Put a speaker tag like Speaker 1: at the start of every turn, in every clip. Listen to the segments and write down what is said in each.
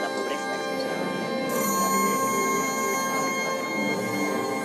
Speaker 1: la pobreza.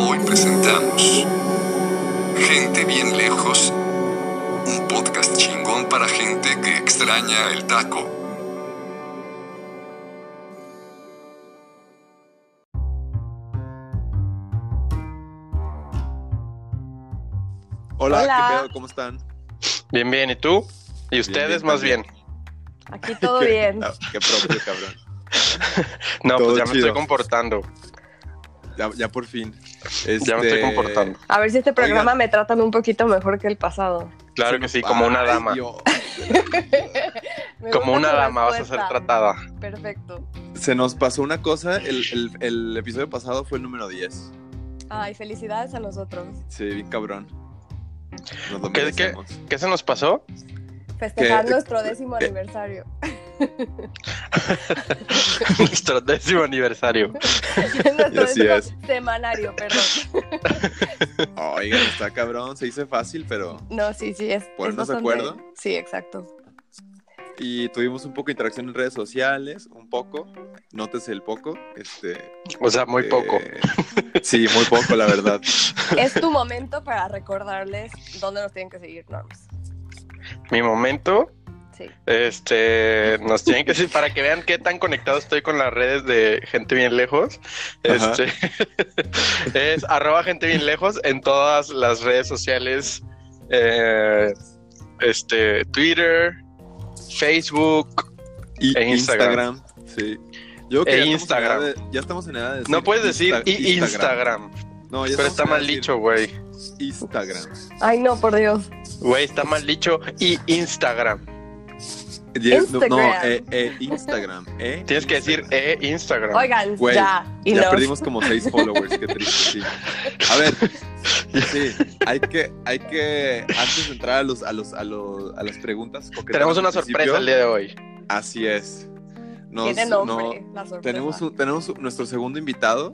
Speaker 2: Hoy presentamos Gente bien lejos, un podcast chingón para gente que extraña el taco.
Speaker 3: Hola,
Speaker 4: Hola.
Speaker 3: ¿qué pedo? ¿Cómo están?
Speaker 5: Bien, bien, ¿y tú? ¿Y ustedes más
Speaker 3: también.
Speaker 5: bien?
Speaker 4: Aquí todo
Speaker 3: Qué-
Speaker 4: bien.
Speaker 3: ah, Qué propio, cabrón.
Speaker 5: No,
Speaker 3: Todo
Speaker 5: pues ya me
Speaker 3: chido.
Speaker 5: estoy comportando.
Speaker 3: Ya, ya por fin.
Speaker 5: Ya me estoy
Speaker 3: Este,
Speaker 5: comportando.
Speaker 4: A ver si este programa
Speaker 3: Oigan.
Speaker 4: me tratan un poquito mejor que el pasado.
Speaker 5: Claro
Speaker 3: se
Speaker 5: que
Speaker 3: me
Speaker 5: sí,
Speaker 3: va,
Speaker 5: como una dama.
Speaker 3: Dios.
Speaker 4: Me
Speaker 5: Como
Speaker 4: gusta
Speaker 5: una
Speaker 4: tu
Speaker 5: dama vas a ser
Speaker 4: respuesta.
Speaker 5: tratada.
Speaker 4: Perfecto.
Speaker 3: Se nos pasó una cosa. El, el- el episodio pasado fue el número 10.
Speaker 4: Ay, felicidades a nosotros.
Speaker 3: Sí, bien cabrón. Nos lo
Speaker 5: ¿Qué- qué?
Speaker 3: merecemos.
Speaker 5: ¿Qué se nos pasó?
Speaker 4: Festejar
Speaker 3: Que- eh,
Speaker 4: nuestro décimo
Speaker 3: que-
Speaker 4: aniversario.
Speaker 5: Nuestro décimo aniversario.
Speaker 4: nuestro
Speaker 3: así
Speaker 4: décimo
Speaker 3: es.
Speaker 4: semanario, perdón.
Speaker 3: Oigan, está cabrón. Se hizo fácil, pero.
Speaker 4: No, sí, sí, es. es
Speaker 3: Ponernos de
Speaker 4: bastante-
Speaker 3: acuerdo.
Speaker 4: Sí, exacto.
Speaker 3: Y tuvimos un poco de interacción en redes sociales. Un poco. Nótese el poco. Este.
Speaker 5: O sea, muy
Speaker 3: eh,
Speaker 5: poco.
Speaker 3: Sí, muy poco, la verdad.
Speaker 4: Es tu momento para recordarles dónde nos tienen que seguir, Norms.
Speaker 5: Mi momento,
Speaker 4: Sí.
Speaker 5: este, nos tienen que decir, para que vean qué tan conectado estoy con las redes de gente bien lejos,
Speaker 3: Ajá.
Speaker 5: este, es arroba gente bien lejos en todas las redes sociales, eh, este, Twitter, Facebook,
Speaker 3: Y
Speaker 5: E Instagram.
Speaker 3: Instagram. Sí. Yo creo que
Speaker 5: E
Speaker 3: ya estamos en
Speaker 5: Instagram.
Speaker 3: edad de- ya estamos en edad de decir
Speaker 5: No puedes decir
Speaker 3: Insta-
Speaker 5: y- Instagram,
Speaker 3: No, ya estamos
Speaker 5: pero está
Speaker 3: en edad
Speaker 5: mal
Speaker 3: de decir
Speaker 5: dicho, güey.
Speaker 3: Instagram.
Speaker 4: Ay, no, por Dios.
Speaker 5: Güey, está mal dicho y Instagram.
Speaker 3: Yes, no, no,
Speaker 4: Instagram.
Speaker 3: eh, eh, Instagram. eh,
Speaker 5: Tienes que decir
Speaker 3: Instagram.
Speaker 5: e Instagram.
Speaker 4: Oigan,
Speaker 3: Güey,
Speaker 4: ya. Y
Speaker 3: ya
Speaker 4: no.
Speaker 3: perdimos como seis followers, qué triste, sí. A ver, sí, hay que, hay que, antes de entrar a los, a los, a los, a las preguntas. coquetas
Speaker 5: Tenemos
Speaker 3: al
Speaker 5: una
Speaker 3: principio,
Speaker 5: sorpresa el día de hoy.
Speaker 3: Así es. Nos-
Speaker 4: Tiene
Speaker 3: no-
Speaker 4: nombre. la sorpresa.
Speaker 3: Tenemos, un- tenemos un- nuestro segundo invitado.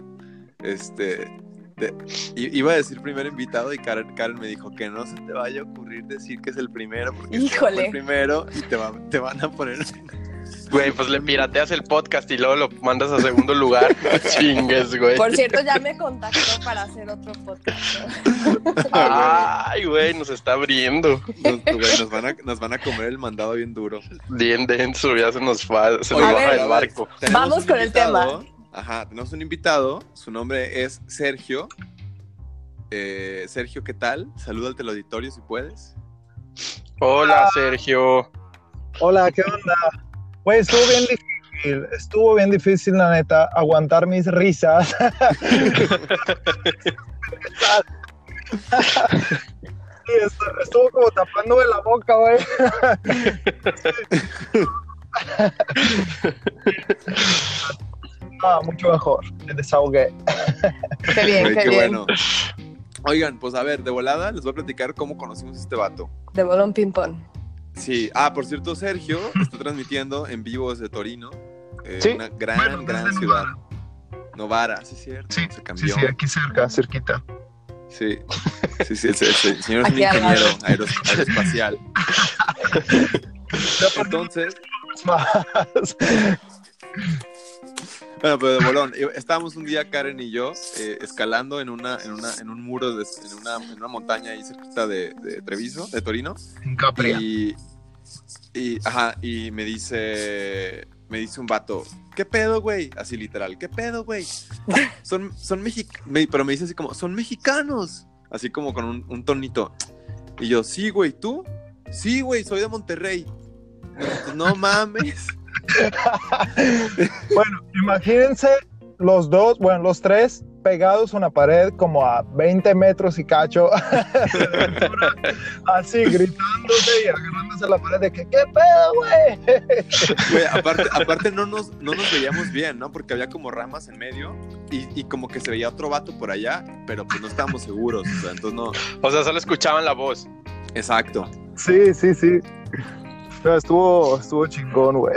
Speaker 3: Este. te- i- iba a decir primer invitado y Karen, Karen me dijo que no se te vaya a ocurrir decir que es el primero porque este
Speaker 4: Híjole.
Speaker 3: fue el primero y te, va- te van a poner.
Speaker 5: Güey, pues le pirateas el podcast y luego lo mandas a segundo lugar. Chingues, güey.
Speaker 4: Por cierto, ya me contactó para hacer otro podcast. ¿no?
Speaker 5: Ay, güey, nos está abriendo.
Speaker 3: Nos, güey, nos van a, nos van a comer el mandado bien duro.
Speaker 5: Bien denso, ya se nos, va, se nos
Speaker 4: Oye,
Speaker 5: baja
Speaker 4: ver,
Speaker 5: el barco.
Speaker 3: Tenemos
Speaker 4: Vamos
Speaker 3: un
Speaker 4: con el
Speaker 3: invitado. Ajá, tenemos un invitado. Su nombre es Sergio. Eh, Sergio, ¿qué tal? Saluda al auditorio si puedes.
Speaker 5: Hola, Sergio.
Speaker 6: Hola, ¿qué onda? Güey, estuvo bien difícil, estuvo bien difícil, la neta, aguantar mis risas. Sí, est- estuvo como tapándome la boca, güey. Ah, mucho mejor, me desahogué.
Speaker 4: Qué bien,
Speaker 3: Güey,
Speaker 4: qué,
Speaker 3: qué
Speaker 4: bien.
Speaker 3: bueno. Oigan, pues a ver, de volada les voy a platicar cómo conocimos a este vato.
Speaker 4: De bolón ping-pong.
Speaker 3: Sí, ah, por cierto, Sergio está transmitiendo en vivo desde Torino, eh,
Speaker 6: Sí.
Speaker 3: una gran,
Speaker 6: Bueno, desde
Speaker 3: gran ciudad. Novara, sí, es cierto.
Speaker 6: Sí,
Speaker 3: se cambió.
Speaker 6: aquí cerca, cerquita.
Speaker 3: Sí, sí, sí, el, el- el señor es un
Speaker 4: Aquí al lado.
Speaker 3: ingeniero aeros- aeroespacial. Entonces, bueno, pero de bolón, yo- estábamos un día Karen y yo eh, escalando en una, en una, en un muro, de- en una, en una montaña ahí cerquita de- de Treviso, de Torino. Y, y, ajá, y me dice, me dice un vato, ¿qué pedo, güey? Así literal, ¿qué pedo, güey? Son, son mexicanos, pero me dice así como, son mexicanos. Así como con un, un tonito. Y yo, sí, güey, ¿tú? Sí, güey, soy de Monterrey. No, pues, no mames.
Speaker 6: Bueno, imagínense los dos, bueno, los tres pegados a una pared como a 20 metros y cacho, de altura, así gritándose y agarrándose a la pared de que, ¿qué pedo, güey?
Speaker 3: Güey, aparte, aparte no, nos, no nos veíamos bien, ¿no? Porque había como ramas en medio y, y como que se veía otro vato por allá, pero pues no estábamos seguros. O sea, entonces no.
Speaker 5: O sea, solo escuchaban la voz.
Speaker 3: Exacto.
Speaker 6: Sí, sí, sí. No, estuvo, estuvo chingón, güey.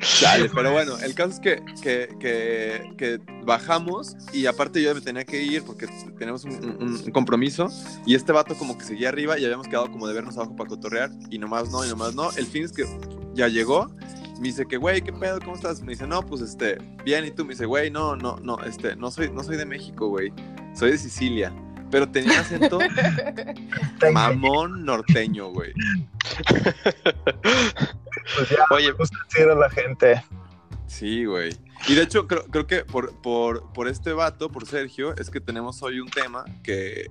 Speaker 3: Chale, pero bueno, el caso es que, que, que- que bajamos y aparte yo me tenía que ir porque tenemos un, un- un compromiso y este vato como que seguía arriba y habíamos quedado como de vernos abajo para cotorrear y nomás no, y nomás no. El fin es que ya llegó, me dice que, güey, ¿qué pedo? ¿Cómo estás? Me dice, no, pues este, bien, y tú me dice, güey, no, no, no, este, no soy, no soy de México, güey, soy de Sicilia. Pero tenía acento mamón norteño, güey.
Speaker 6: Pues ya,
Speaker 5: Oye,
Speaker 6: me gusta decir a la gente.
Speaker 3: Sí, güey. Y de hecho, creo, creo que por, por, por este vato, por Sergio, es que tenemos hoy un tema que,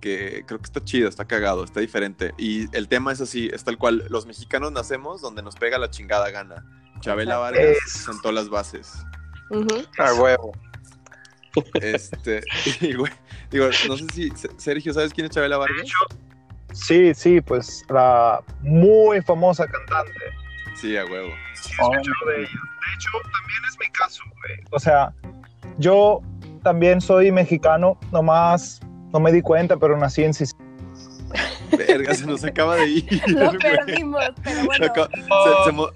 Speaker 3: que creo que está chido, está cagado, está diferente. Y el tema es así, es tal cual, los mexicanos nacemos donde nos pega la chingada gana. Chabela Vargas
Speaker 6: Eso.
Speaker 3: sentó las bases.
Speaker 4: Ujú.
Speaker 5: a huevo.
Speaker 3: Este, y güey, digo, no sé si, Se- Sergio, ¿sabes quién es Chabela Vargas?
Speaker 6: Sí, sí, pues la muy famosa cantante.
Speaker 3: Sí, a huevo.
Speaker 6: Sí, he escuchado de ella. De hecho, también es mi caso, güey. O sea, yo también soy mexicano, nomás no me di cuenta, pero nací en Sicilia.
Speaker 3: Verga, se nos acaba de ir.
Speaker 4: Lo
Speaker 3: güey.
Speaker 4: perdimos, pero
Speaker 3: Se,
Speaker 4: bueno.
Speaker 3: acaba- se- se mo-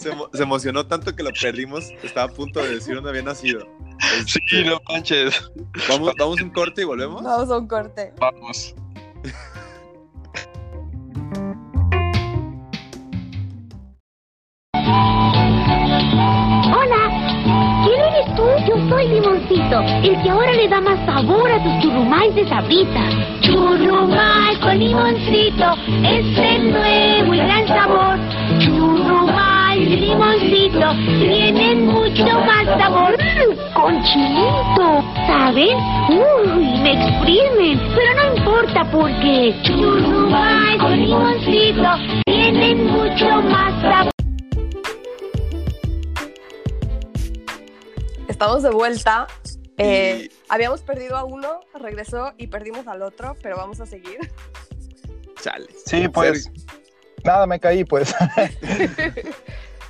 Speaker 3: se mo- se emocionó tanto que lo perdimos. Estaba a punto de decir dónde había nacido.
Speaker 5: Sí, no manches.
Speaker 3: Vamos, vamos un corte y volvemos.
Speaker 4: Vamos a un corte.
Speaker 5: Vamos.
Speaker 7: Hola, ¿quién eres tú? Yo soy Limoncito, el que ahora le da más sabor a tus churrumais de sabrita. Churrumais con limoncito es el nuevo y gran sabor. Churrumais y limoncito tienen mucho más sabor. Mm, con chilito, ¿saben? Uy, me exprimen, pero no importa porque churrumais con limoncito tienen mucho más sabor.
Speaker 4: Estamos de vuelta. Eh,
Speaker 3: Y-
Speaker 4: Habíamos perdido a uno, regresó y perdimos al otro, pero vamos a seguir.
Speaker 3: Chale.
Speaker 6: Sí, pues.
Speaker 3: Ser-
Speaker 6: Nada, me caí, pues.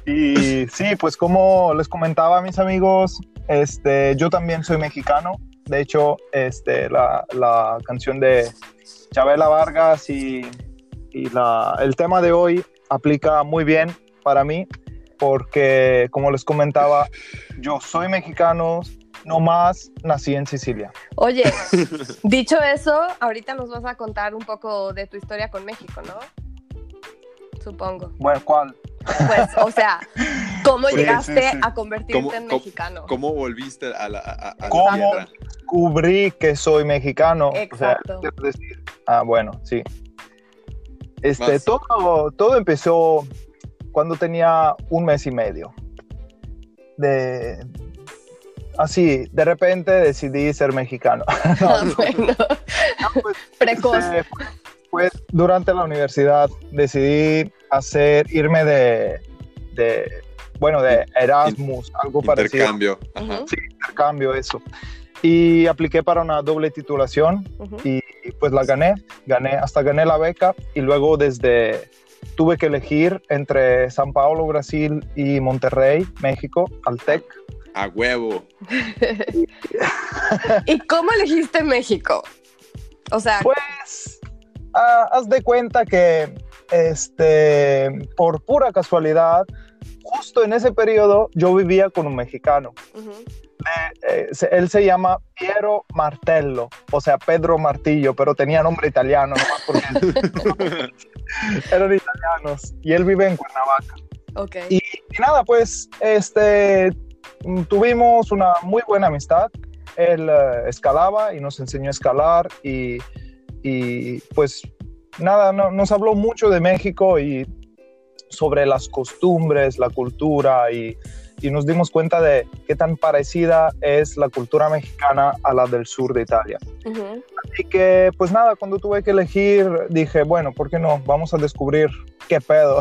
Speaker 6: y sí, pues como les comentaba a mis amigos, este, yo también soy mexicano. De hecho, este, la, la canción de Chabela Vargas y, y la- el tema de hoy aplica muy bien para mí porque, como les comentaba, yo soy mexicano, no más nací en Sicilia.
Speaker 4: Oye, dicho eso, ahorita nos vas a contar un poco de tu historia con México, ¿no? Supongo.
Speaker 6: Bueno, ¿cuál?
Speaker 4: Pues, o sea, ¿cómo
Speaker 6: Sí,
Speaker 4: llegaste
Speaker 6: sí, sí.
Speaker 4: a convertirte
Speaker 3: ¿Cómo-
Speaker 4: en
Speaker 3: cómo-
Speaker 4: mexicano?
Speaker 3: ¿Cómo volviste a la, a, a la
Speaker 6: ¿Cómo?
Speaker 3: tierra?
Speaker 6: descubrí que soy mexicano. O sea,
Speaker 4: Exacto.
Speaker 6: quiero decir, ah, bueno, sí. Este,
Speaker 3: Vas.
Speaker 6: todo, todo empezó cuando tenía un mes y medio. De, así, de repente decidí ser mexicano.
Speaker 4: Ah, bueno,
Speaker 6: pues,
Speaker 4: precoz.
Speaker 6: eh, fue- fue durante la universidad decidí hacer, irme de, de bueno, de Erasmus, algo parecido
Speaker 3: Intercambio. Ajá.
Speaker 4: Ujú,
Speaker 6: cambio eso. Y apliqué para una doble titulación
Speaker 4: ujú.
Speaker 6: y, y, pues la gané, gané, hasta gané la beca y luego desde tuve que elegir entre San Paulo, Brasil y Monterrey, México, al TEC.
Speaker 3: A huevo.
Speaker 4: ¿Y cómo elegiste México? O sea,
Speaker 6: Pues ah, haz de cuenta que este, por pura casualidad, justo en ese periodo yo vivía con un mexicano.
Speaker 4: ujú.
Speaker 6: Eh, se- él se llama Piero Martello, o sea, Pedro Martillo, pero tenía nombre italiano, nomás porque eran italianos. Y él vive en Cuernavaca.
Speaker 4: ok.
Speaker 6: Y, y nada, pues, este, mm, tuvimos una muy buena amistad. Él eh, escalaba y nos enseñó a escalar y, y, pues, nada, no- nos habló mucho de México y sobre las costumbres, la cultura y, y nos dimos cuenta de qué tan parecida es la cultura mexicana a la del sur de Italia. Así que, pues nada, cuando tuve que elegir, dije, bueno, ¿por qué no? Vamos a descubrir qué pedo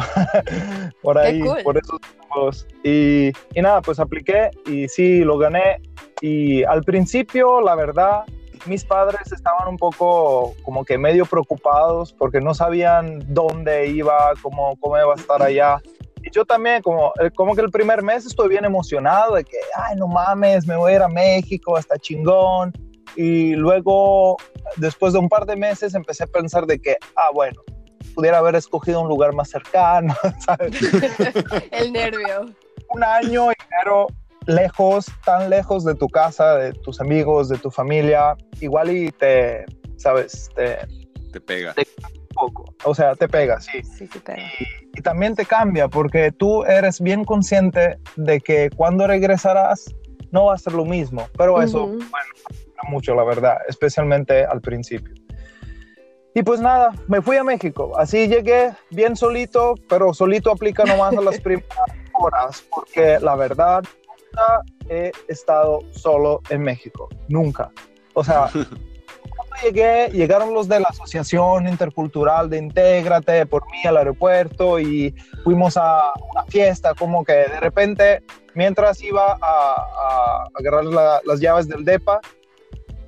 Speaker 6: por ahí,
Speaker 8: cool.
Speaker 6: por esos rumbos. Y, y nada, pues apliqué y sí, lo gané. Y al principio, la verdad, mis padres estaban un poco como que medio preocupados porque no sabían dónde iba, cómo, cómo iba a estar allá. Y yo también, como, eh, como que el primer mes estoy bien emocionado de que, ay, no mames, me voy a ir a México, está chingón. Y luego, después de un par de meses, empecé a pensar de que, ah, bueno, pudiera haber escogido un lugar más cercano, ¿sabes?
Speaker 4: El nervio.
Speaker 6: un año y enero lejos, tan lejos de tu casa, de tus amigos, de tu familia, igual y te, sabes, te,
Speaker 3: Te pega.
Speaker 6: o sea, te pega, sí.
Speaker 4: Sí, sí, pega.
Speaker 6: Y también te cambia porque tú eres bien consciente de que cuando regresarás no va a ser lo mismo, pero eso,
Speaker 8: Ujú.
Speaker 6: bueno, afecta mucho, la verdad, especialmente al principio. Y pues nada, me fui a México. Así llegué bien solito, pero solito aplica nomás a las primeras horas, porque la verdad, nunca he estado solo en México. Nunca. O sea, cuando llegué, llegaron los de la Asociación Intercultural de Intégrate por mí al aeropuerto y fuimos a una fiesta, como que de repente, mientras iba a, a agarrar la- las llaves del DEPA,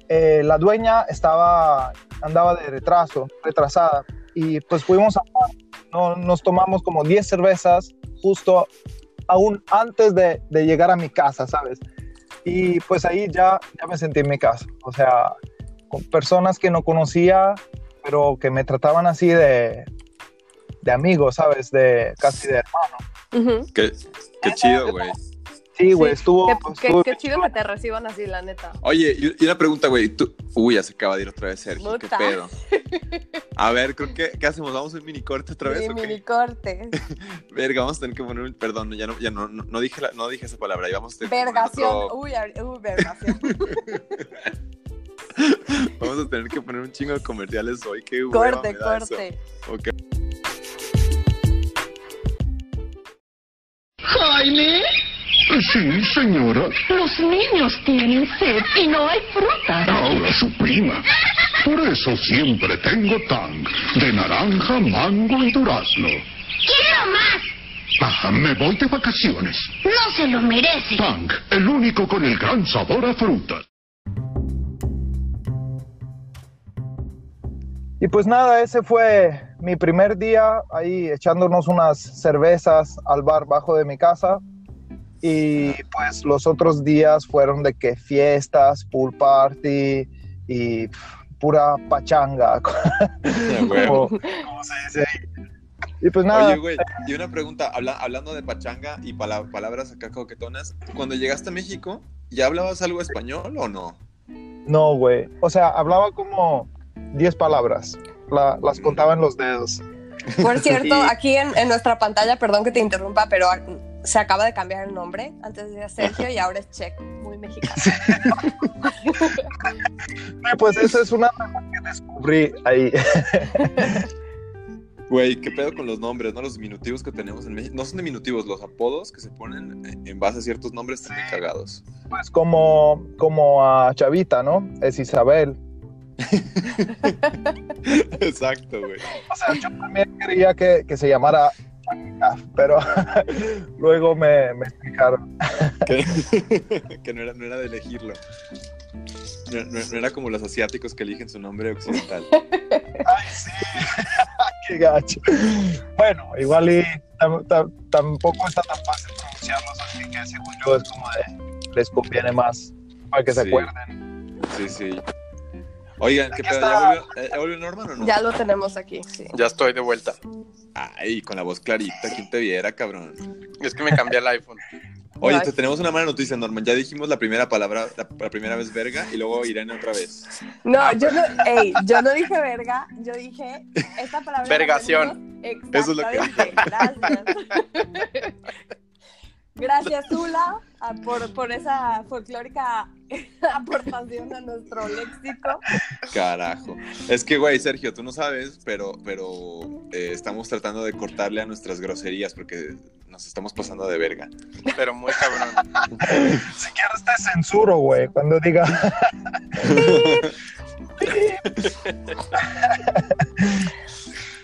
Speaker 6: eh, la dueña estaba, andaba de retraso, retrasada, y pues fuimos a, no, nos tomamos como 10 cervezas justo aún antes de, de llegar a mi casa, ¿sabes? Y pues ahí ya, ya me sentí en mi casa, o sea, con personas que no conocía, pero que me trataban así de, de amigo, ¿sabes? De casi de hermano.
Speaker 3: Qué, qué chido, güey.
Speaker 6: Sí, güey, estuvo...
Speaker 4: Qué, qué-
Speaker 3: estuvo
Speaker 4: qué
Speaker 3: bien
Speaker 4: chido que te reciban así, la neta.
Speaker 3: Oye, y- y una pregunta, güey. tú- Uy, ya se acaba de ir otra vez Sergio.
Speaker 4: Puta.
Speaker 3: ¿Qué pedo? A ver, creo que... ¿Qué hacemos? ¿Vamos a un minicorte otra vez?
Speaker 4: Sí,
Speaker 3: o qué?
Speaker 4: mini corte.
Speaker 3: Verga, vamos a tener que poner un... Perdón, ya no, ya no, no, no dije, la- no dije esa palabra. Ya vamos a tener que poner
Speaker 4: Vergación.
Speaker 3: otro-
Speaker 4: Uy, ahori- uy, vergación.
Speaker 3: Vamos a tener que poner un chingo de comerciales hoy. Qué hueva
Speaker 4: Corte,
Speaker 3: me da eso.
Speaker 4: corte.
Speaker 3: Ok.
Speaker 7: ¿Jaime?
Speaker 9: Sí, señora.
Speaker 7: Los niños tienen sed y no hay fruta.
Speaker 9: Ahora su prima. Por eso siempre tengo tang de naranja, mango y durazno.
Speaker 7: ¡Quiero más!
Speaker 9: Ajá, me voy de vacaciones.
Speaker 7: ¡No se lo merece!
Speaker 9: Tang, el único con el gran sabor a fruta.
Speaker 6: Y pues nada, ese fue mi primer día ahí echándonos unas cervezas al bar bajo de mi casa. Y pues los otros días fueron de que fiestas, pool party y pf, pura pachanga.
Speaker 3: huevo.
Speaker 6: Como- como se dice ahí. Y pues nada,
Speaker 3: Oye, güey, y una pregunta, habla- hablando de pachanga y pala- palabras acá coquetonas, cuando llegaste a México, ¿ya hablabas algo español o no?
Speaker 6: no, güey. O sea, hablaba como 10 palabras. La- las
Speaker 3: Mm.
Speaker 6: contaba en los dedos.
Speaker 4: Por cierto,
Speaker 6: Y-
Speaker 4: aquí en, en nuestra pantalla, perdón que te interrumpa, pero a- se acaba de cambiar el nombre. Antes era Sergio y ahora es Checo. Muy mexicano.
Speaker 6: Eh, Pues eso es una cosa que descubrí ahí.
Speaker 3: Güey, ¿qué pedo con los nombres, no? Los diminutivos que tenemos en México, no son diminutivos, los apodos que se ponen en- en base a ciertos nombres están bien cagados.
Speaker 6: Pues como, como a Chavita, ¿no? Es Isabel.
Speaker 3: Exacto, güey.
Speaker 6: O sea, yo también quería que, que se llamara Chavita, pero luego me, me explicaron.
Speaker 3: Que, que no, era, no era de elegirlo. No, no- no era como los asiáticos que eligen su nombre occidental.
Speaker 6: Qué gacho. Bueno, igual y tam- tam- tampoco está tan fácil pronunciarlos, así que según yo es como de, les conviene más para que se
Speaker 3: Sí.
Speaker 6: acuerden.
Speaker 3: Sí, sí. Oigan, ¿qué pedo? ¿Ya volvió, eh, ya volvió Norman o no?
Speaker 4: Ya lo tenemos aquí, sí.
Speaker 5: Ya estoy de vuelta.
Speaker 3: Ay, con la voz clarita, ¿quién te viera, cabrón?
Speaker 5: Es que me cambié el iPhone.
Speaker 3: Oye,
Speaker 5: Ay.
Speaker 3: te tenemos una mala noticia, Norman. Ya dijimos la primera palabra, la, la primera vez verga, y luego Irene otra vez.
Speaker 4: No, yo no, ey, yo no dije verga, yo dije esta palabra.
Speaker 3: Vergación.
Speaker 4: Exactamente,
Speaker 3: Eso es lo que
Speaker 4: gracias. Gracias, Zula, a- por, por esa folclórica aportación a nuestro léxico.
Speaker 3: Carajo. Es que, güey, Sergio, tú no sabes, pero, pero eh, estamos tratando de cortarle a nuestras groserías porque nos estamos pasando de verga.
Speaker 5: Pero muy cabrón.
Speaker 6: Si quieres te censuro, güey, cuando diga.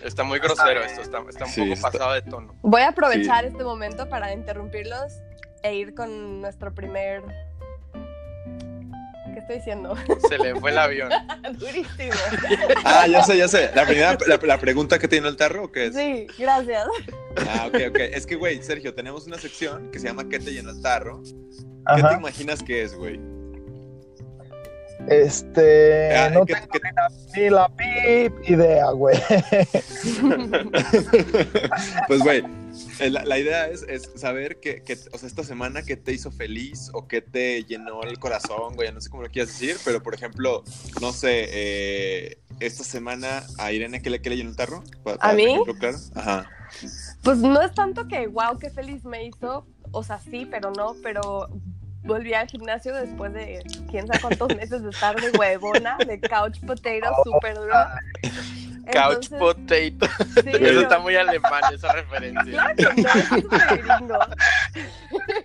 Speaker 5: Está muy grosero esto, está, está un
Speaker 3: Sí,
Speaker 5: poco
Speaker 3: está-
Speaker 5: pasado de tono.
Speaker 4: Voy a aprovechar este momento para interrumpirlos e ir con nuestro primer... ¿Qué estoy diciendo?
Speaker 5: Se le fue el avión.
Speaker 4: Durísimo.
Speaker 3: Ah, ya sé, ya sé. La, primera, la, la pregunta que tiene el tarro, ¿qué es?
Speaker 4: Sí, gracias.
Speaker 3: Ah, ok, ok. Es que, güey, Sergio, tenemos una sección que se llama ¿Qué te llena el tarro? ¿Qué te
Speaker 6: Ajá.
Speaker 3: imaginas que es, güey?
Speaker 6: Este.
Speaker 3: Ah,
Speaker 6: no
Speaker 3: ¿qué-
Speaker 6: tengo ni la pip idea, güey.
Speaker 3: Pues, güey, eh, la, la idea es, es saber que, que, o sea, esta semana qué te hizo feliz o qué te llenó el corazón, güey, no sé cómo lo quieras decir, pero, por ejemplo, no sé, eh, esta semana a Irene, ¿qué le, qué le llenó el tarro? Pa- pa-
Speaker 4: mí?
Speaker 3: ejemplo, claro. Ajá.
Speaker 4: Pues no es tanto que, wow, qué feliz me hizo. O sea, sí, pero no, pero volví al gimnasio después de quién sabe cuántos meses de estar de huevona, de couch potato, súper dura.
Speaker 5: Ah, Couch
Speaker 4: Entonces,
Speaker 5: potato. Eso está muy alemán, esa referencia.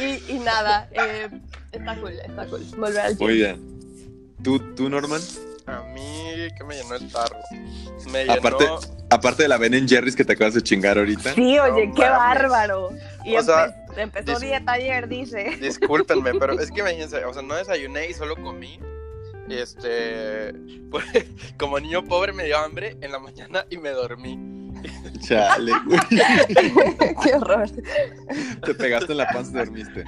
Speaker 4: y, y nada, eh, está cool, está cool. Volver al gym.
Speaker 3: Muy bien. ¿Tú, tú Norman?
Speaker 5: A mí, que me llenó el tarro? Me llenó.
Speaker 3: Aparte, aparte de la Ben en Jerry's que te acabas de chingar ahorita.
Speaker 4: Sí, oye,
Speaker 5: No
Speaker 4: qué
Speaker 5: mames.
Speaker 4: bárbaro. Y
Speaker 5: O sea,
Speaker 4: empe- empezó
Speaker 5: dis-
Speaker 4: dieta ayer, dice.
Speaker 5: Discúlpenme, pero es que imagínense, o sea, no desayuné y solo comí. Este, pues, como niño pobre me dio hambre en la mañana y me dormí.
Speaker 3: Chale, güey.
Speaker 4: qué horror.
Speaker 3: Te pegaste en la panza y dormiste.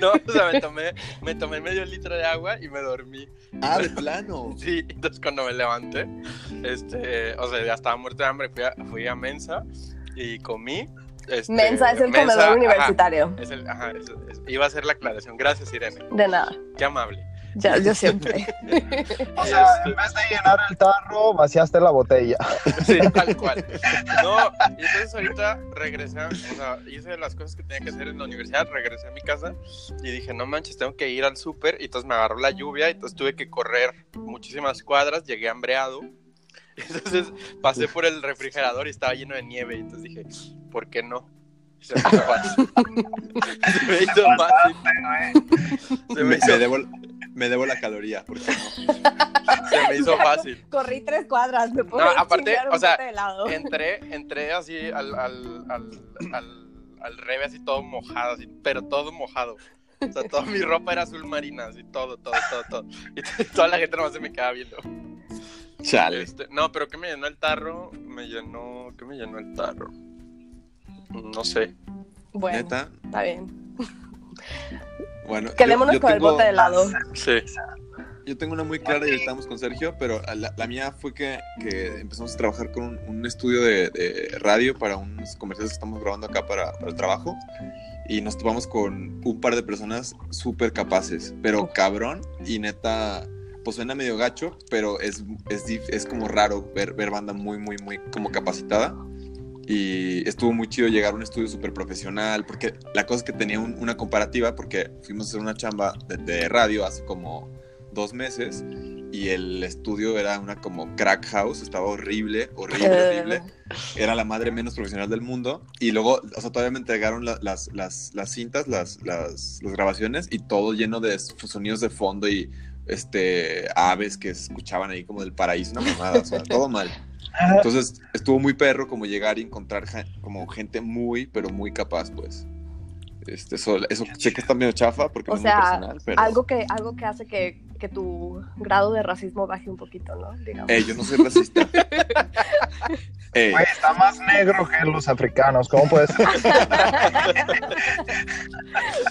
Speaker 5: No, o sea, me tomé, me tomé medio litro de agua y me dormí.
Speaker 3: Ah, de plano.
Speaker 5: Sí, entonces cuando me levanté, este, o sea, ya estaba muerto de hambre, fui a, fui a mensa y comí. este,
Speaker 4: Mensa es el
Speaker 5: mensa,
Speaker 4: comedor
Speaker 5: ajá,
Speaker 4: universitario.
Speaker 5: es el- ajá, es- es- iba a hacer la aclaración. Gracias, Irene.
Speaker 4: De nada.
Speaker 5: Qué amable.
Speaker 4: Ya, yo siempre.
Speaker 6: O sea, en vez de llenar el tarro, vaciaste la botella.
Speaker 5: Este, Sí, tal cual. No, y entonces ahorita regresé, a- o sea, hice las cosas que tenía que hacer en la universidad, regresé a mi casa y dije, no manches, tengo que ir al súper. Y entonces me agarró la lluvia y entonces tuve que correr muchísimas cuadras, llegué hambreado. Entonces pasé por el refrigerador y estaba lleno de nieve. Y entonces dije, ¿por qué no? Y Se me hizo fácil. Se me hizo fácil.
Speaker 6: eh?
Speaker 5: Se me
Speaker 3: Me,
Speaker 5: hizo,
Speaker 3: me debo, me debo la caloría, porque no.
Speaker 5: se me hizo fácil.
Speaker 4: Corrí tres cuadras, me puedo
Speaker 5: No,
Speaker 4: ir a
Speaker 5: aparte,
Speaker 4: chingar un
Speaker 5: o sea,
Speaker 4: bote de helado.
Speaker 5: entré, entré así al, al, al, al, al reve, así todo mojado, así, pero todo mojado. O sea, toda mi ropa era azul marina, así todo, todo, todo, todo. Y t- toda la gente nomás se me quedaba viendo.
Speaker 3: Chale.
Speaker 5: Este, no, pero ¿qué me llenó el tarro? Me llenó, ¿qué me llenó el tarro? No sé.
Speaker 4: Bueno,
Speaker 3: Neta.
Speaker 4: está bien.
Speaker 3: Bueno, yo-
Speaker 4: Quedémonos
Speaker 3: yo
Speaker 4: con
Speaker 3: tengo-
Speaker 4: el bote de helado.
Speaker 5: Sí.
Speaker 3: Yo tengo una muy clara y ahorita vamos con Sergio, pero a la, la mía fue que, que empezamos a trabajar con un, un estudio de, de radio para unos comerciales que estamos grabando acá para, para el trabajo y nos topamos con un par de personas súper capaces, pero cabrón y neta, pues suena medio gacho, pero es, es, dif- es como raro ver, ver banda muy, muy, muy como capacitada. Y estuvo muy chido llegar a un estudio súper profesional, porque la cosa es que tenía un- una comparativa, porque fuimos a hacer una chamba de- de radio hace como dos meses y el estudio era una como crack house, estaba horrible, horrible,
Speaker 4: Eh.
Speaker 3: horrible. Era la madre menos profesional del mundo. Y luego, o sea, todavía me entregaron la- las, las, las cintas, las, las, las grabaciones y todo lleno de s- sonidos de fondo y este aves que se escuchaban ahí como del paraíso, una mamada, o sea, todo mal. Entonces estuvo muy perro como llegar y encontrar ja- como gente muy, pero muy capaz, pues. Este, eso, eso sé que está medio chafa porque
Speaker 4: O
Speaker 3: no es muy
Speaker 4: sea,
Speaker 3: personal, pero...
Speaker 4: algo, que, algo que hace que, que tu grado de racismo baje un poquito, ¿no? Digamos.
Speaker 3: Eh, yo no soy racista. Eh,
Speaker 6: Güey, está más negro que los africanos. ¿Cómo puedes?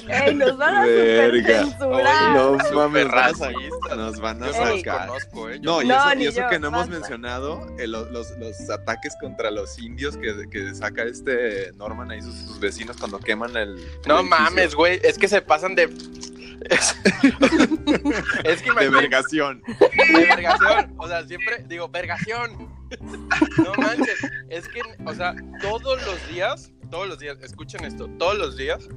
Speaker 4: Ey, nos van a
Speaker 3: Verga.
Speaker 4: supercensurar.
Speaker 3: no
Speaker 5: Súper
Speaker 3: mames, van a sa-
Speaker 5: racista.
Speaker 3: nos van a
Speaker 5: Yo no los
Speaker 3: sacar.
Speaker 5: conozco, ¿eh? Yo-
Speaker 3: No, y
Speaker 4: No,
Speaker 3: eso, y
Speaker 4: ni
Speaker 3: eso
Speaker 4: yo,
Speaker 3: que no hemos
Speaker 4: basta.
Speaker 3: mencionado, eh, los, los- los ataques contra los indios que, que saca este Norman ahí, sus, sus vecinos cuando queman el.
Speaker 5: No
Speaker 3: el edificio
Speaker 5: mames, güey. Es que se pasan de. es que
Speaker 3: De
Speaker 5: imagínate-
Speaker 3: vergación.
Speaker 5: De vergación. O sea, siempre digo, vergación. No manches. Es que, o sea, todos los días todos los días, escuchen esto, todos los días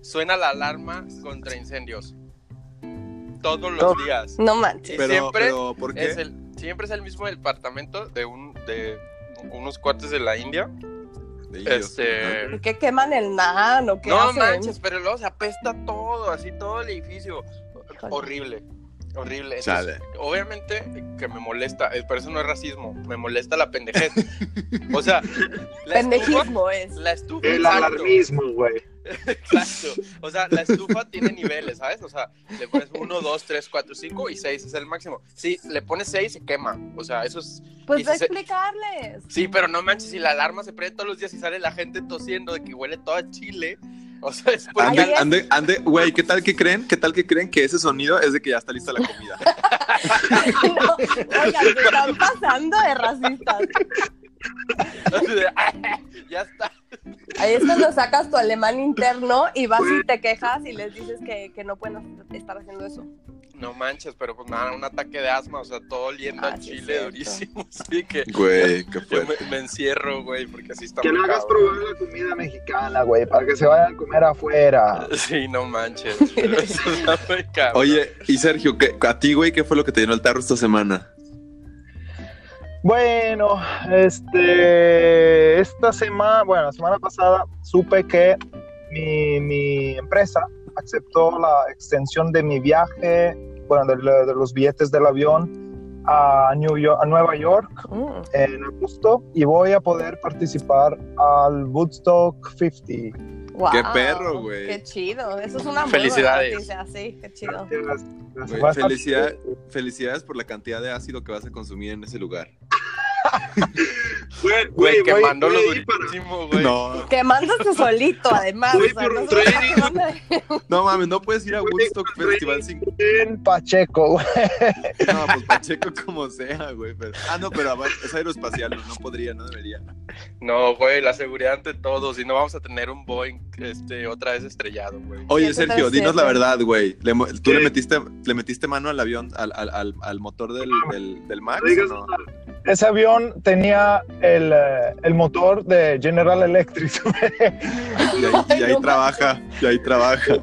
Speaker 5: suena la alarma contra incendios. Todos los
Speaker 4: No.
Speaker 5: días.
Speaker 4: No manches.
Speaker 5: Y
Speaker 4: Pero-
Speaker 5: siempre,
Speaker 4: pero, ¿por qué?
Speaker 5: Es el, siempre es el mismo departamento de, un, de unos cuartos de la India. Este,
Speaker 4: ¿Por ¿Qué queman el nan o qué
Speaker 5: no
Speaker 4: hacen?
Speaker 5: manches, pero luego se apesta todo, así todo el edificio. Horrible, horrible.
Speaker 3: Chale.
Speaker 5: Entonces, obviamente que me molesta, eh, pero eso no es racismo, me molesta la pendejez. o sea, la
Speaker 4: Pendejismo es.
Speaker 5: La estufa.
Speaker 6: El
Speaker 5: exacto.
Speaker 6: alarmismo, güey.
Speaker 5: Exacto. O sea, la estufa tiene niveles, ¿sabes? O sea, le pones 1, 2, 3, 4, 5 y 6 es el máximo. Si le pones 6 se quema. O sea, eso es... y
Speaker 4: Pues
Speaker 5: si
Speaker 4: va a
Speaker 5: se-
Speaker 4: explicarles.
Speaker 5: Sí, pero no manches, si la alarma se prende todos los días y sale la gente tosiendo de que huele todo a chile. O sea, es por
Speaker 3: Ande, ande, ande, güey, ¿qué tal que creen? ¿Qué tal que creen que ese sonido es de que ya está lista la comida?
Speaker 4: No, oigan, se están pasando de racistas.
Speaker 5: ya está.
Speaker 4: Ahí es cuando sacas tu alemán interno y vas y te quejas y les dices que, que no pueden estar haciendo eso.
Speaker 5: No manches, pero pues nada, un ataque de asma, o sea, todo oliendo a chile durísimo. Así que...
Speaker 3: Güey, qué
Speaker 5: Yo me, me encierro, güey, porque así está
Speaker 6: Que
Speaker 5: muy
Speaker 6: le hagas
Speaker 5: cabrón.
Speaker 6: probar la comida mexicana, güey, para que se vayan a comer afuera.
Speaker 5: Sí, no manches. pero eso está muy cabrón.
Speaker 3: Ah. Oye, y Sergio, ¿qué- ¿a ti, güey, qué fue lo que te llenó el tarro esta semana?
Speaker 6: Bueno, este, esta semana, bueno, la semana pasada supe que mi, mi empresa aceptó la extensión de mi viaje, bueno, de, lo- de los billetes del avión a, New York, a Nueva York en agosto y voy a poder participar al Woodstock 50.
Speaker 4: Guau,
Speaker 6: Qué perro, güey.
Speaker 4: Qué chido. Eso es una muy buena
Speaker 3: Felicidades.
Speaker 4: noticia, Sí, qué chido.
Speaker 3: Güey,
Speaker 6: Va a estar
Speaker 3: felicidad- felicidades por la cantidad de ácido que vas a consumir en ese lugar.
Speaker 5: Güey, que
Speaker 3: voy-
Speaker 5: mandó lo
Speaker 3: voy
Speaker 5: durísimo, güey.
Speaker 3: No,
Speaker 4: Quemándote solito, además. o sea, no se-
Speaker 3: no mames, no puedes ir a Woodstock Festival sin...
Speaker 6: En Pacheco, güey.
Speaker 3: No, pues Pacheco como sea, güey. pero- Ah, no, pero a ver, es aeroespacial, no, no podría, no debería.
Speaker 5: No, güey, la seguridad ante todo. Si no, vamos a tener un Boeing este, otra vez estrellado, güey.
Speaker 3: Oye, Sergio, dinos la verdad, güey. Le mo- ¿Tú le metiste, le metiste mano al avión, al, al, al, al motor del, del, del Max o no?
Speaker 6: Ese avión tenía el, eh, el motor de General Electric. güey.
Speaker 3: Y ahí, y ahí trabaja, y ahí trabaja.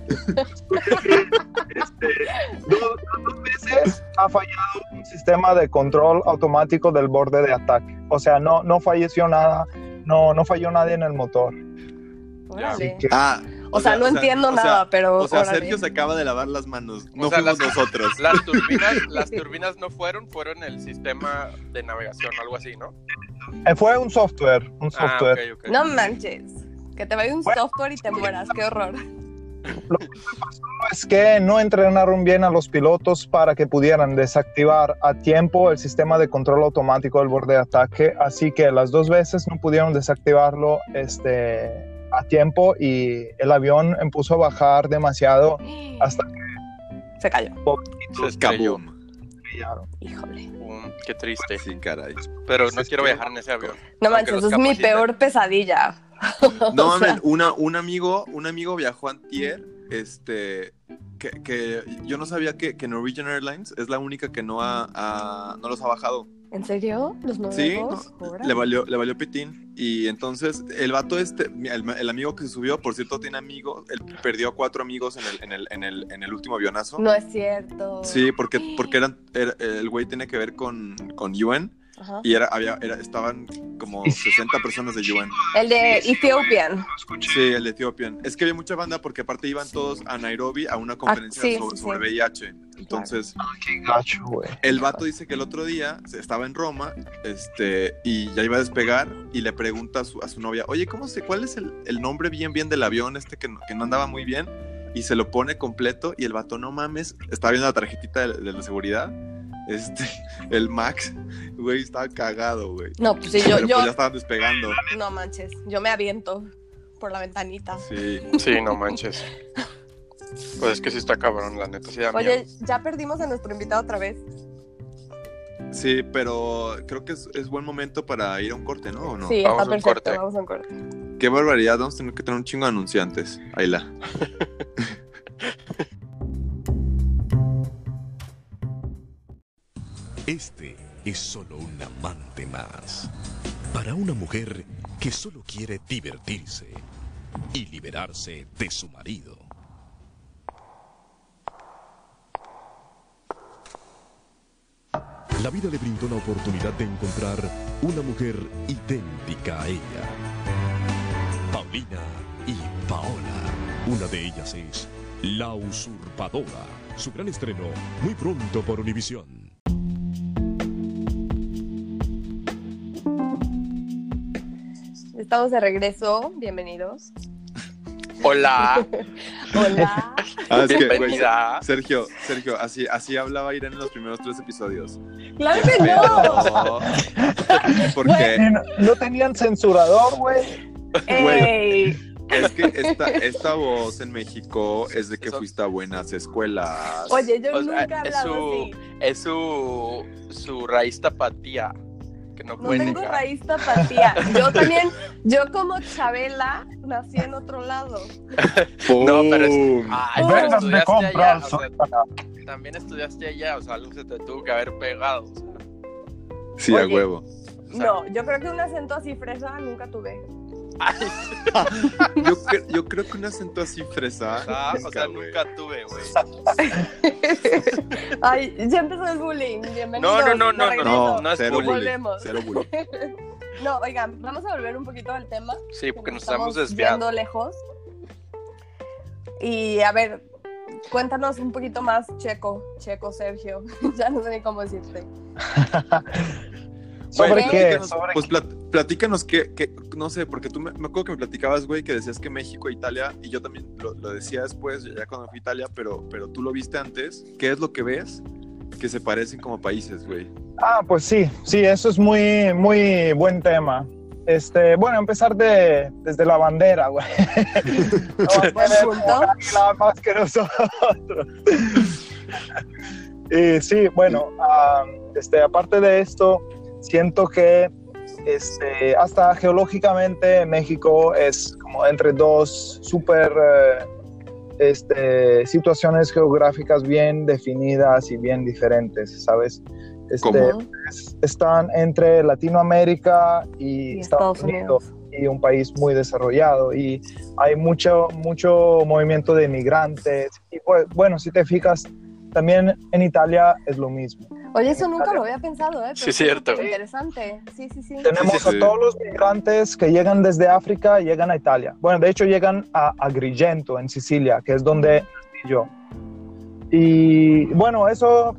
Speaker 6: veces ha fallado un sistema de control automático del borde de ataque. O sea, no, no falleció nada, no, no falló nadie en el motor.
Speaker 4: Órale.
Speaker 3: Ah,
Speaker 4: O sea, no entiendo nada, pero
Speaker 3: O sea,
Speaker 4: órale.
Speaker 3: Sergio se acaba de lavar las manos. No
Speaker 5: sea,
Speaker 3: fuimos
Speaker 5: las-
Speaker 3: nosotros.
Speaker 5: Las turbinas, las turbinas no fueron, fueron el sistema de navegación, algo así, ¿no?
Speaker 6: Eh, fue un software, un
Speaker 5: Ah,
Speaker 6: software.
Speaker 5: ok, ok.
Speaker 4: No manches. Que te vaya un software y te mueras. Qué horror.
Speaker 6: Es que no entrenaron bien a los pilotos para que pudieran desactivar a tiempo el sistema de control automático del borde de ataque, así que las dos veces no pudieron desactivarlo este, a tiempo y el avión empezó a bajar demasiado hasta que
Speaker 4: se cayó.
Speaker 5: Se estrelló.
Speaker 4: Híjole.
Speaker 5: Mm, Qué triste.
Speaker 3: Sí, caray.
Speaker 5: Pero no quiero viajar en ese avión.
Speaker 4: No
Speaker 5: aunque
Speaker 4: manches,
Speaker 5: los
Speaker 4: es mi
Speaker 5: capaciten.
Speaker 4: peor pesadilla.
Speaker 3: No
Speaker 4: O sea,
Speaker 3: mames, una, un amigo, un amigo viajó antier, este, que, que yo no sabía que, que Norwegian Airlines es la única que no ha, ha- no los ha bajado.
Speaker 4: ¿En serio? ¿Los
Speaker 3: Sí,
Speaker 4: noruegos?
Speaker 3: no,
Speaker 4: Órale.
Speaker 3: le valió, le valió pitín. Y entonces el vato este, el, el amigo que se subió, por cierto, tiene amigos, él perdió a cuatro amigos en el, en el, en el, en el último avionazo.
Speaker 4: No es cierto.
Speaker 3: Sí, porque, porque eran, era- el güey tiene que ver con, con UN
Speaker 4: Ajá.
Speaker 3: y era, había, era, estaban como 60 personas de UN.
Speaker 4: El de Ethiopian.
Speaker 3: Sí, el de Ethiopian. Es que había mucha banda porque aparte iban todos a Nairobi a una conferencia
Speaker 4: Ah, sí,
Speaker 3: sobre,
Speaker 4: sí,
Speaker 3: sobre
Speaker 4: sí.
Speaker 3: VIH. Entonces,
Speaker 6: Ah, gacho, güey.
Speaker 3: el vato dice que el otro día se- estaba en Roma este, y ya iba a despegar y le pregunta a su, a su novia, oye, ¿cómo se, ¿cuál es el, el nombre bien bien del avión este que no, que no andaba muy bien? Y se lo pone completo y el vato, no mames, estaba viendo la tarjetita de, de la seguridad. Este, el Max, güey, estaba cagado, güey.
Speaker 4: No, pues sí, yo-
Speaker 3: Pero,
Speaker 4: yo-
Speaker 3: ya estaban despegando.
Speaker 4: No manches, yo me aviento por la ventanita.
Speaker 3: Sí.
Speaker 5: Sí, no manches. Pues es que sí está cabrón, la neta. Sí, da miedo.
Speaker 4: Oye, ya perdimos a nuestro invitado otra vez.
Speaker 3: Sí, pero creo que es, es buen momento para ir a un corte, ¿no? ¿O no?
Speaker 4: sí, está perfecto, vamos a un corte.
Speaker 3: Qué barbaridad, vamos a tener que tener un chingo de anunciantes. Ayla.
Speaker 8: Este es solo un amante más. Para una mujer que solo quiere divertirse y liberarse de su marido. La vida le brindó la oportunidad de encontrar una mujer idéntica a ella. Paulina y Paola. Una de ellas es La Usurpadora. Su gran estreno muy pronto por Univisión.
Speaker 4: Estamos de regreso, bienvenidos.
Speaker 5: Hola.
Speaker 4: Hola.
Speaker 3: Ah, es que, güey,
Speaker 5: Bienvenida.
Speaker 3: Sergio, Sergio, así, así hablaba Irene en los primeros tres episodios.
Speaker 4: Claro que no.
Speaker 3: Porque,
Speaker 6: No, no tenían censurador, güey.
Speaker 4: eh.
Speaker 3: güey, es que esta, esta voz en México es de que fuiste a buenas escuelas.
Speaker 4: Oye, yo
Speaker 5: O sea,
Speaker 4: nunca he
Speaker 5: es
Speaker 4: hablado
Speaker 5: su,
Speaker 4: así.
Speaker 5: es su, su raíz tapatía. Que no,
Speaker 4: No
Speaker 5: puede
Speaker 4: tengo
Speaker 5: negar.
Speaker 4: raíz tapatía. Yo también, yo como Chabela, nací en otro lado.
Speaker 5: No, pero es.
Speaker 3: Ah,
Speaker 5: Ay, pero
Speaker 6: Vendas me
Speaker 5: Ah, estudiaste allá.
Speaker 6: compras.
Speaker 5: O sea, también estudiaste allá. O sea, algo se te tuvo que haber pegado. o sea,
Speaker 3: Sí, a
Speaker 5: Oye.
Speaker 3: huevo.
Speaker 4: No, yo creo que un acento así fresa nunca tuve.
Speaker 5: Ah,
Speaker 3: Yo, cre- yo creo que un acento así fresa.
Speaker 5: Ah, o sea,
Speaker 3: güey.
Speaker 5: nunca tuve, güey.
Speaker 4: Ay, ya empezó el bullying. Bienvenidos.
Speaker 5: No, no, no, no,
Speaker 4: de
Speaker 5: no,
Speaker 4: regreso.
Speaker 5: no, no es Cero bullying. bullying,
Speaker 4: Volvemos.
Speaker 5: cero bullying.
Speaker 4: no, oigan, vamos a volver un poquito al tema.
Speaker 5: Sí, porque
Speaker 4: que
Speaker 5: nos estamos
Speaker 4: yendo
Speaker 5: desviando.
Speaker 4: lejos. Y a ver, cuéntanos un poquito más, Checo, Checo Sergio. ya no sé ni cómo decirte.
Speaker 3: Güey,
Speaker 6: ¿Sobre qué?
Speaker 3: platícanos-
Speaker 6: ¿Sobre
Speaker 3: Pues plat- platícanos que, no sé, porque tú me, me acuerdo que me platicabas, güey, que decías que México e Italia, y yo también lo, lo decía después, ya cuando fui a Italia, pero, pero tú lo viste antes. ¿Qué es lo que ves que se parecen como países, güey?
Speaker 6: Ah, pues sí, sí, eso es muy, muy buen tema. Este, bueno, empezar de, desde la bandera, güey. La bandera es un águila más que nosotros. y sí, bueno, ah, este, aparte de esto, siento que este, hasta geológicamente México es como entre dos súper eh, este, situaciones geográficas bien definidas y bien diferentes, ¿sabes? Este,
Speaker 3: ¿Cómo?
Speaker 6: es- están entre Latinoamérica y,
Speaker 4: Y
Speaker 6: Estados,
Speaker 4: Estados
Speaker 6: Unidos, y un país muy desarrollado y hay mucho, mucho movimiento de inmigrantes y pues, bueno, si te fijas, también en Italia es lo mismo.
Speaker 4: Oye, eso nunca lo había pensado, ¿eh? Pero
Speaker 6: Sí,
Speaker 4: es
Speaker 6: cierto.
Speaker 4: súper Interesante. Sí, sí, sí.
Speaker 6: Tenemos a todos los migrantes que llegan desde África, llegan a Italia. Bueno, de hecho llegan a Agrigento, en Sicilia, que es donde nací yo. Y bueno, eso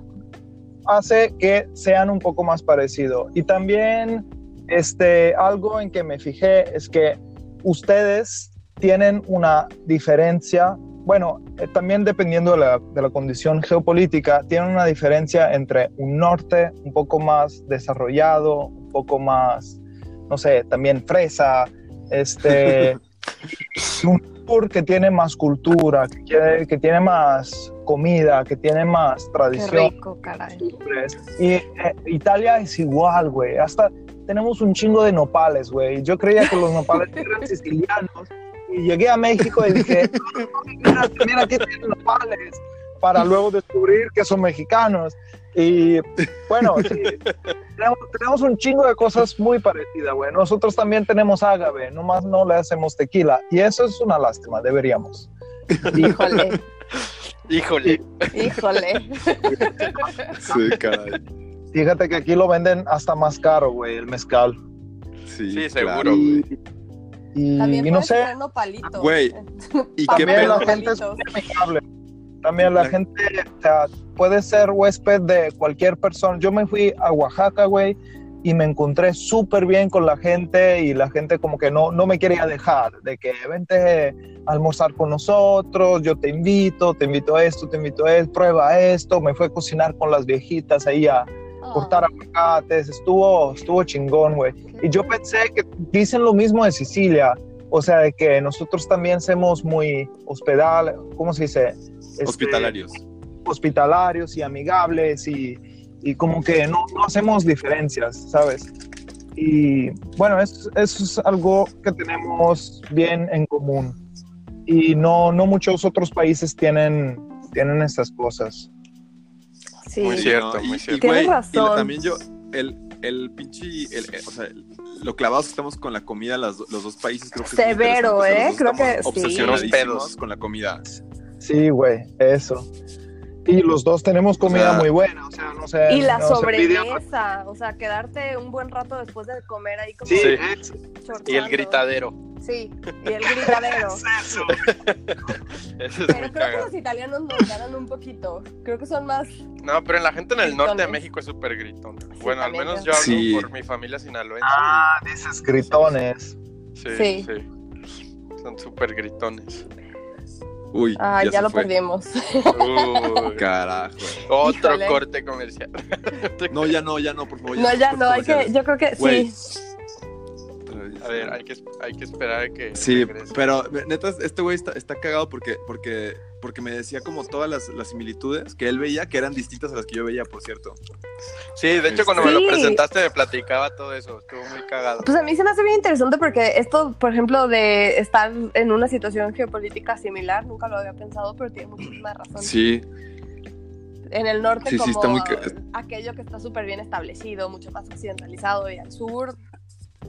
Speaker 6: hace que sean un poco más parecidos. Y también este, algo en que me fijé es que ustedes tienen una diferencia, bueno, eh, también dependiendo de la, de la condición geopolítica, tienen una diferencia entre un norte un poco más desarrollado, un poco más, no sé, también fresa, este, y un sur que tiene más cultura, que, quiere- que tiene más comida, que tiene más
Speaker 4: Qué
Speaker 6: tradición
Speaker 4: rico, caray.
Speaker 6: costumbres. Y eh, Italia es igual, güey. Hasta tenemos un chingo de nopales, güey. Yo creía que los nopales eran sicilianos. Y llegué a México y dije, "No, no, mira, mira, aquí tienen nopales. Para luego descubrir que son mexicanos. Y bueno, sí, tenemos, tenemos un chingo de cosas muy parecidas, güey. Nosotros también tenemos ágave, nomás no le hacemos tequila. Y eso es una lástima, deberíamos.
Speaker 4: Híjole,
Speaker 5: Híjole.
Speaker 4: híjole.
Speaker 3: Sí, caray.
Speaker 6: Fíjate que aquí lo venden hasta más caro, güey, el mezcal.
Speaker 3: Sí,
Speaker 5: seguro,
Speaker 3: güey.
Speaker 6: Y,
Speaker 4: También
Speaker 6: y no
Speaker 4: puedes
Speaker 6: sé,
Speaker 4: poner nopalitos.
Speaker 3: Güey, ¿y qué
Speaker 6: también
Speaker 3: pedo?
Speaker 6: la gente es muy amigable. También la gente o sea, puede ser huésped de cualquier persona. Yo me fui a Oaxaca, güey, y me encontré súper bien con la gente y la gente como que no, no me quería dejar, de que vente a almorzar con nosotros, yo te invito, te invito a esto, te invito a esto, prueba esto. Me fue a cocinar con las viejitas ahí a
Speaker 4: Ah.
Speaker 6: cortar aguacates, estuvo, estuvo chingón, güey. Y yo pensé que dicen lo mismo de Sicilia, o sea, de que nosotros también somos muy hospedal, ¿cómo se dice? Este,
Speaker 3: Hospitalarios.
Speaker 6: hospitalarios y amigables y, y como que no, no hacemos diferencias, ¿sabes? Y bueno, es- eso es algo que tenemos bien en común. Y no, no muchos otros países tienen, tienen estas cosas.
Speaker 4: Sí.
Speaker 5: Muy cierto,
Speaker 3: No, y-
Speaker 5: muy
Speaker 3: y,
Speaker 5: cierto.
Speaker 3: güey,
Speaker 4: Tienes
Speaker 3: y la-
Speaker 4: razón.
Speaker 3: también yo, el, el pinche, el- el- o sea, lo clavados que estamos con la comida, las do- los dos países, creo que es muy
Speaker 4: Severo,
Speaker 3: interesante,
Speaker 4: ¿eh?
Speaker 3: los
Speaker 4: Creo
Speaker 3: dos
Speaker 4: que
Speaker 3: estamos
Speaker 4: sí.
Speaker 3: Obsesionadísimos con la comida.
Speaker 6: Sí, güey, eso. Y los dos tenemos comida
Speaker 3: O sea,
Speaker 6: muy buena, o sea, no sé.
Speaker 4: Y la
Speaker 6: no se envidia.
Speaker 4: sobremesa, o sea, quedarte un buen rato después de comer ahí como...
Speaker 5: Sí.
Speaker 4: chorchando.
Speaker 5: Y el gritadero.
Speaker 4: Sí, y el gritadero.
Speaker 5: Eso es muy
Speaker 4: Pero creo que
Speaker 5: cagado.
Speaker 4: los italianos nos ganan un poquito. Creo que son más...
Speaker 5: No, pero la gente en el norte de México es súper gritona. bueno, al
Speaker 4: también
Speaker 5: menos yo
Speaker 4: yo.
Speaker 5: hablo
Speaker 6: Sí.
Speaker 5: por mi familia sinaloense.
Speaker 6: Ah, dices gritones.
Speaker 5: Sí, sí.
Speaker 4: Sí.
Speaker 5: Son súper gritones.
Speaker 3: Uy,
Speaker 4: Ah, ya,
Speaker 5: se
Speaker 4: lo
Speaker 5: fue.
Speaker 4: perdimos.
Speaker 5: Uy.
Speaker 3: Carajo.
Speaker 5: Otro
Speaker 4: Híjole.
Speaker 5: corte comercial.
Speaker 3: No, ya no, ya no, por favor.
Speaker 4: no, ya no, hay que, yo creo que
Speaker 3: Güey.
Speaker 4: sí.
Speaker 5: A ver, hay que, hay que esperar a que.
Speaker 3: Sí,
Speaker 5: regrese.
Speaker 3: pero neta, este güey está, está cagado porque, porque, porque me decía como todas las, las similitudes que él veía, que eran distintas a las que yo veía, por cierto.
Speaker 5: Sí, de hecho, cuando me
Speaker 4: Sí.
Speaker 5: lo presentaste me platicaba todo eso. Estuvo muy cagado.
Speaker 4: Pues a mí se me hace bien interesante porque esto, por ejemplo, de estar en una situación geopolítica similar, nunca lo había pensado, pero tiene muchísima razón.
Speaker 3: Sí,
Speaker 4: En el norte
Speaker 3: Sí, sí,
Speaker 4: como
Speaker 3: está muy
Speaker 4: ah,
Speaker 3: ca-
Speaker 4: aquello que está súper bien establecido, mucho más occidentalizado, y al sur,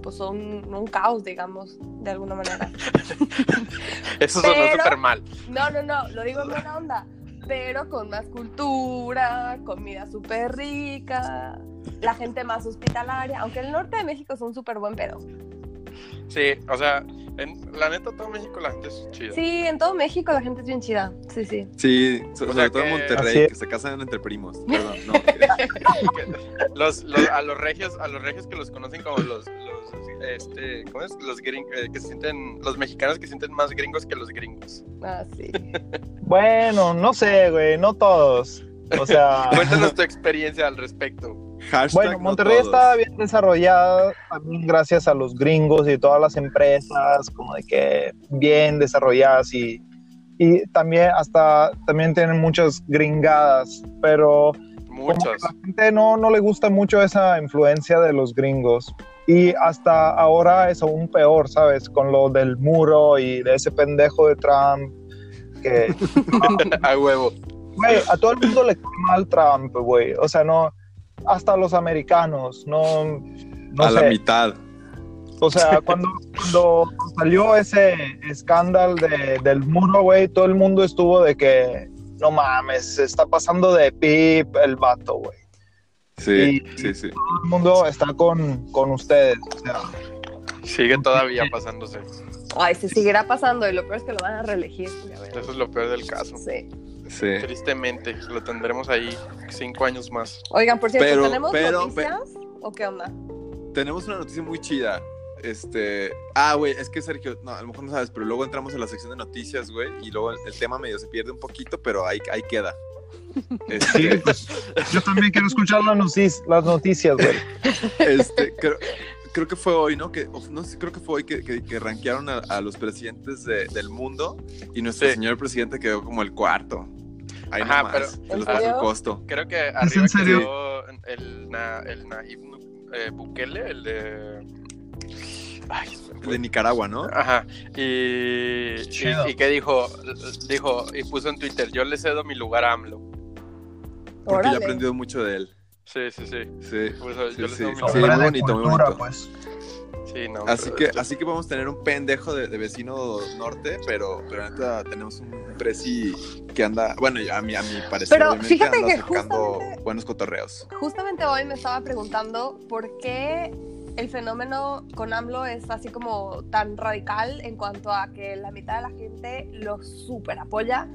Speaker 4: pues son un caos, digamos, de alguna manera.
Speaker 5: Eso sonó
Speaker 4: Pero-
Speaker 5: súper mal.
Speaker 4: No, no, no, lo digo en buena onda, pero con más cultura, comida súper rica, la gente más hospitalaria, aunque el norte de México es un súper buen pedo.
Speaker 5: Sí, o sea, en, la neta, todo México la gente es chida.
Speaker 4: Sí, en todo México la gente es bien chida, sí, sí.
Speaker 3: sí, so- sobre
Speaker 5: sea
Speaker 3: todo en
Speaker 5: que-
Speaker 3: Monterrey,
Speaker 5: Así es.
Speaker 3: que se casan entre primos. Perdón, no.
Speaker 5: Los, los- a los regios a los regios que los conocen como los, los este cómo es los gringos que se sienten los mexicanos que se sienten más gringos que los gringos
Speaker 4: Ah, sí.
Speaker 6: Bueno, no sé, güey, no todos. O
Speaker 3: Ah.
Speaker 6: sea,
Speaker 5: cuéntanos tu experiencia al respecto
Speaker 6: bueno, Monterrey está bien desarrollada también gracias a los gringos y todas las empresas, como de que bien desarrolladas y, y también hasta también tienen muchas gringadas, pero como que
Speaker 5: muchas
Speaker 6: la gente no, no le gusta mucho esa influencia de los gringos. Y hasta ahora es aún peor, ¿sabes? Con lo del muro y de ese pendejo de Trump que
Speaker 5: a huevo
Speaker 6: Güey, a todo el mundo le cae mal Trump, güey. O sea, no. Hasta los americanos, no. no
Speaker 3: a la
Speaker 6: sé.
Speaker 3: mitad.
Speaker 6: O sea, cuando, cuando salió ese escándalo de- del muro, güey, todo el mundo estuvo de que. No mames, se está pasando de pip el vato, güey.
Speaker 3: Sí, sí, sí.
Speaker 6: Todo el mundo está con, con ustedes. O sea,
Speaker 5: sigue todavía pasándose
Speaker 4: Ay, se seguirá pasando y lo peor es que lo van a reelegir. ya ves.
Speaker 5: eso es lo peor del caso
Speaker 4: Sí.
Speaker 3: Sí.
Speaker 5: tristemente lo tendremos ahí cinco años más
Speaker 4: Oigan, por cierto,
Speaker 3: Pero-
Speaker 4: ¿tenemos
Speaker 3: pero-
Speaker 4: noticias? ¿O qué onda?
Speaker 3: Tenemos una noticia muy chida. Este, ah, güey, es que Sergio, no, a lo mejor no sabes, pero luego entramos en la sección de noticias, güey, y luego el, el tema medio se pierde un poquito, pero ahí, ahí queda. Este,
Speaker 6: pues, yo también quiero escuchar las notici- las noticias, güey.
Speaker 3: este, creo, creo que fue hoy, ¿no? Que, o no sé, creo que fue hoy que, que, que rankearon a, a los presidentes de- del mundo y nuestro señor presidente quedó como el cuarto. Ahí
Speaker 5: Ajá,
Speaker 3: nomás,
Speaker 5: pero-
Speaker 3: se los
Speaker 5: ¿En
Speaker 3: paso el
Speaker 5: serio?
Speaker 3: costo.
Speaker 5: creo que
Speaker 3: ¿Es
Speaker 5: arriba
Speaker 3: en serio?
Speaker 5: quedó el, na, el Nayib Nu- eh, Bukele el de ay se me fue.
Speaker 3: De Nicaragua, ¿no?
Speaker 5: Ajá. Y,
Speaker 3: Chido.
Speaker 5: y, y que dijo, dijo, y puso en Twitter, yo le cedo mi lugar a AMLO.
Speaker 3: Porque yo he
Speaker 5: Órale.
Speaker 3: aprendido mucho de él.
Speaker 5: Sí, sí, sí.
Speaker 3: Sí,
Speaker 5: Puso,
Speaker 3: sí,
Speaker 5: yo le
Speaker 3: sí.
Speaker 5: cedo mi
Speaker 3: Sí,
Speaker 5: lugar.
Speaker 3: muy bonito, muy
Speaker 6: cultura,
Speaker 3: bonito.
Speaker 6: pues.
Speaker 5: Sí, no, pues,
Speaker 3: Así
Speaker 5: pero
Speaker 3: que,
Speaker 5: esto-
Speaker 3: así que vamos a tener un pendejo de, de vecino norte, pero, pero neta tenemos un presi que anda, bueno, a mí, a mi parecer,
Speaker 4: Pero
Speaker 3: obviamente,
Speaker 4: fíjate
Speaker 3: anda
Speaker 4: que
Speaker 3: sacando buenos cotorreos.
Speaker 4: Justamente hoy me estaba preguntando por qué el fenómeno con AMLO es así como tan radical en cuanto a que la mitad de la gente lo súper apoya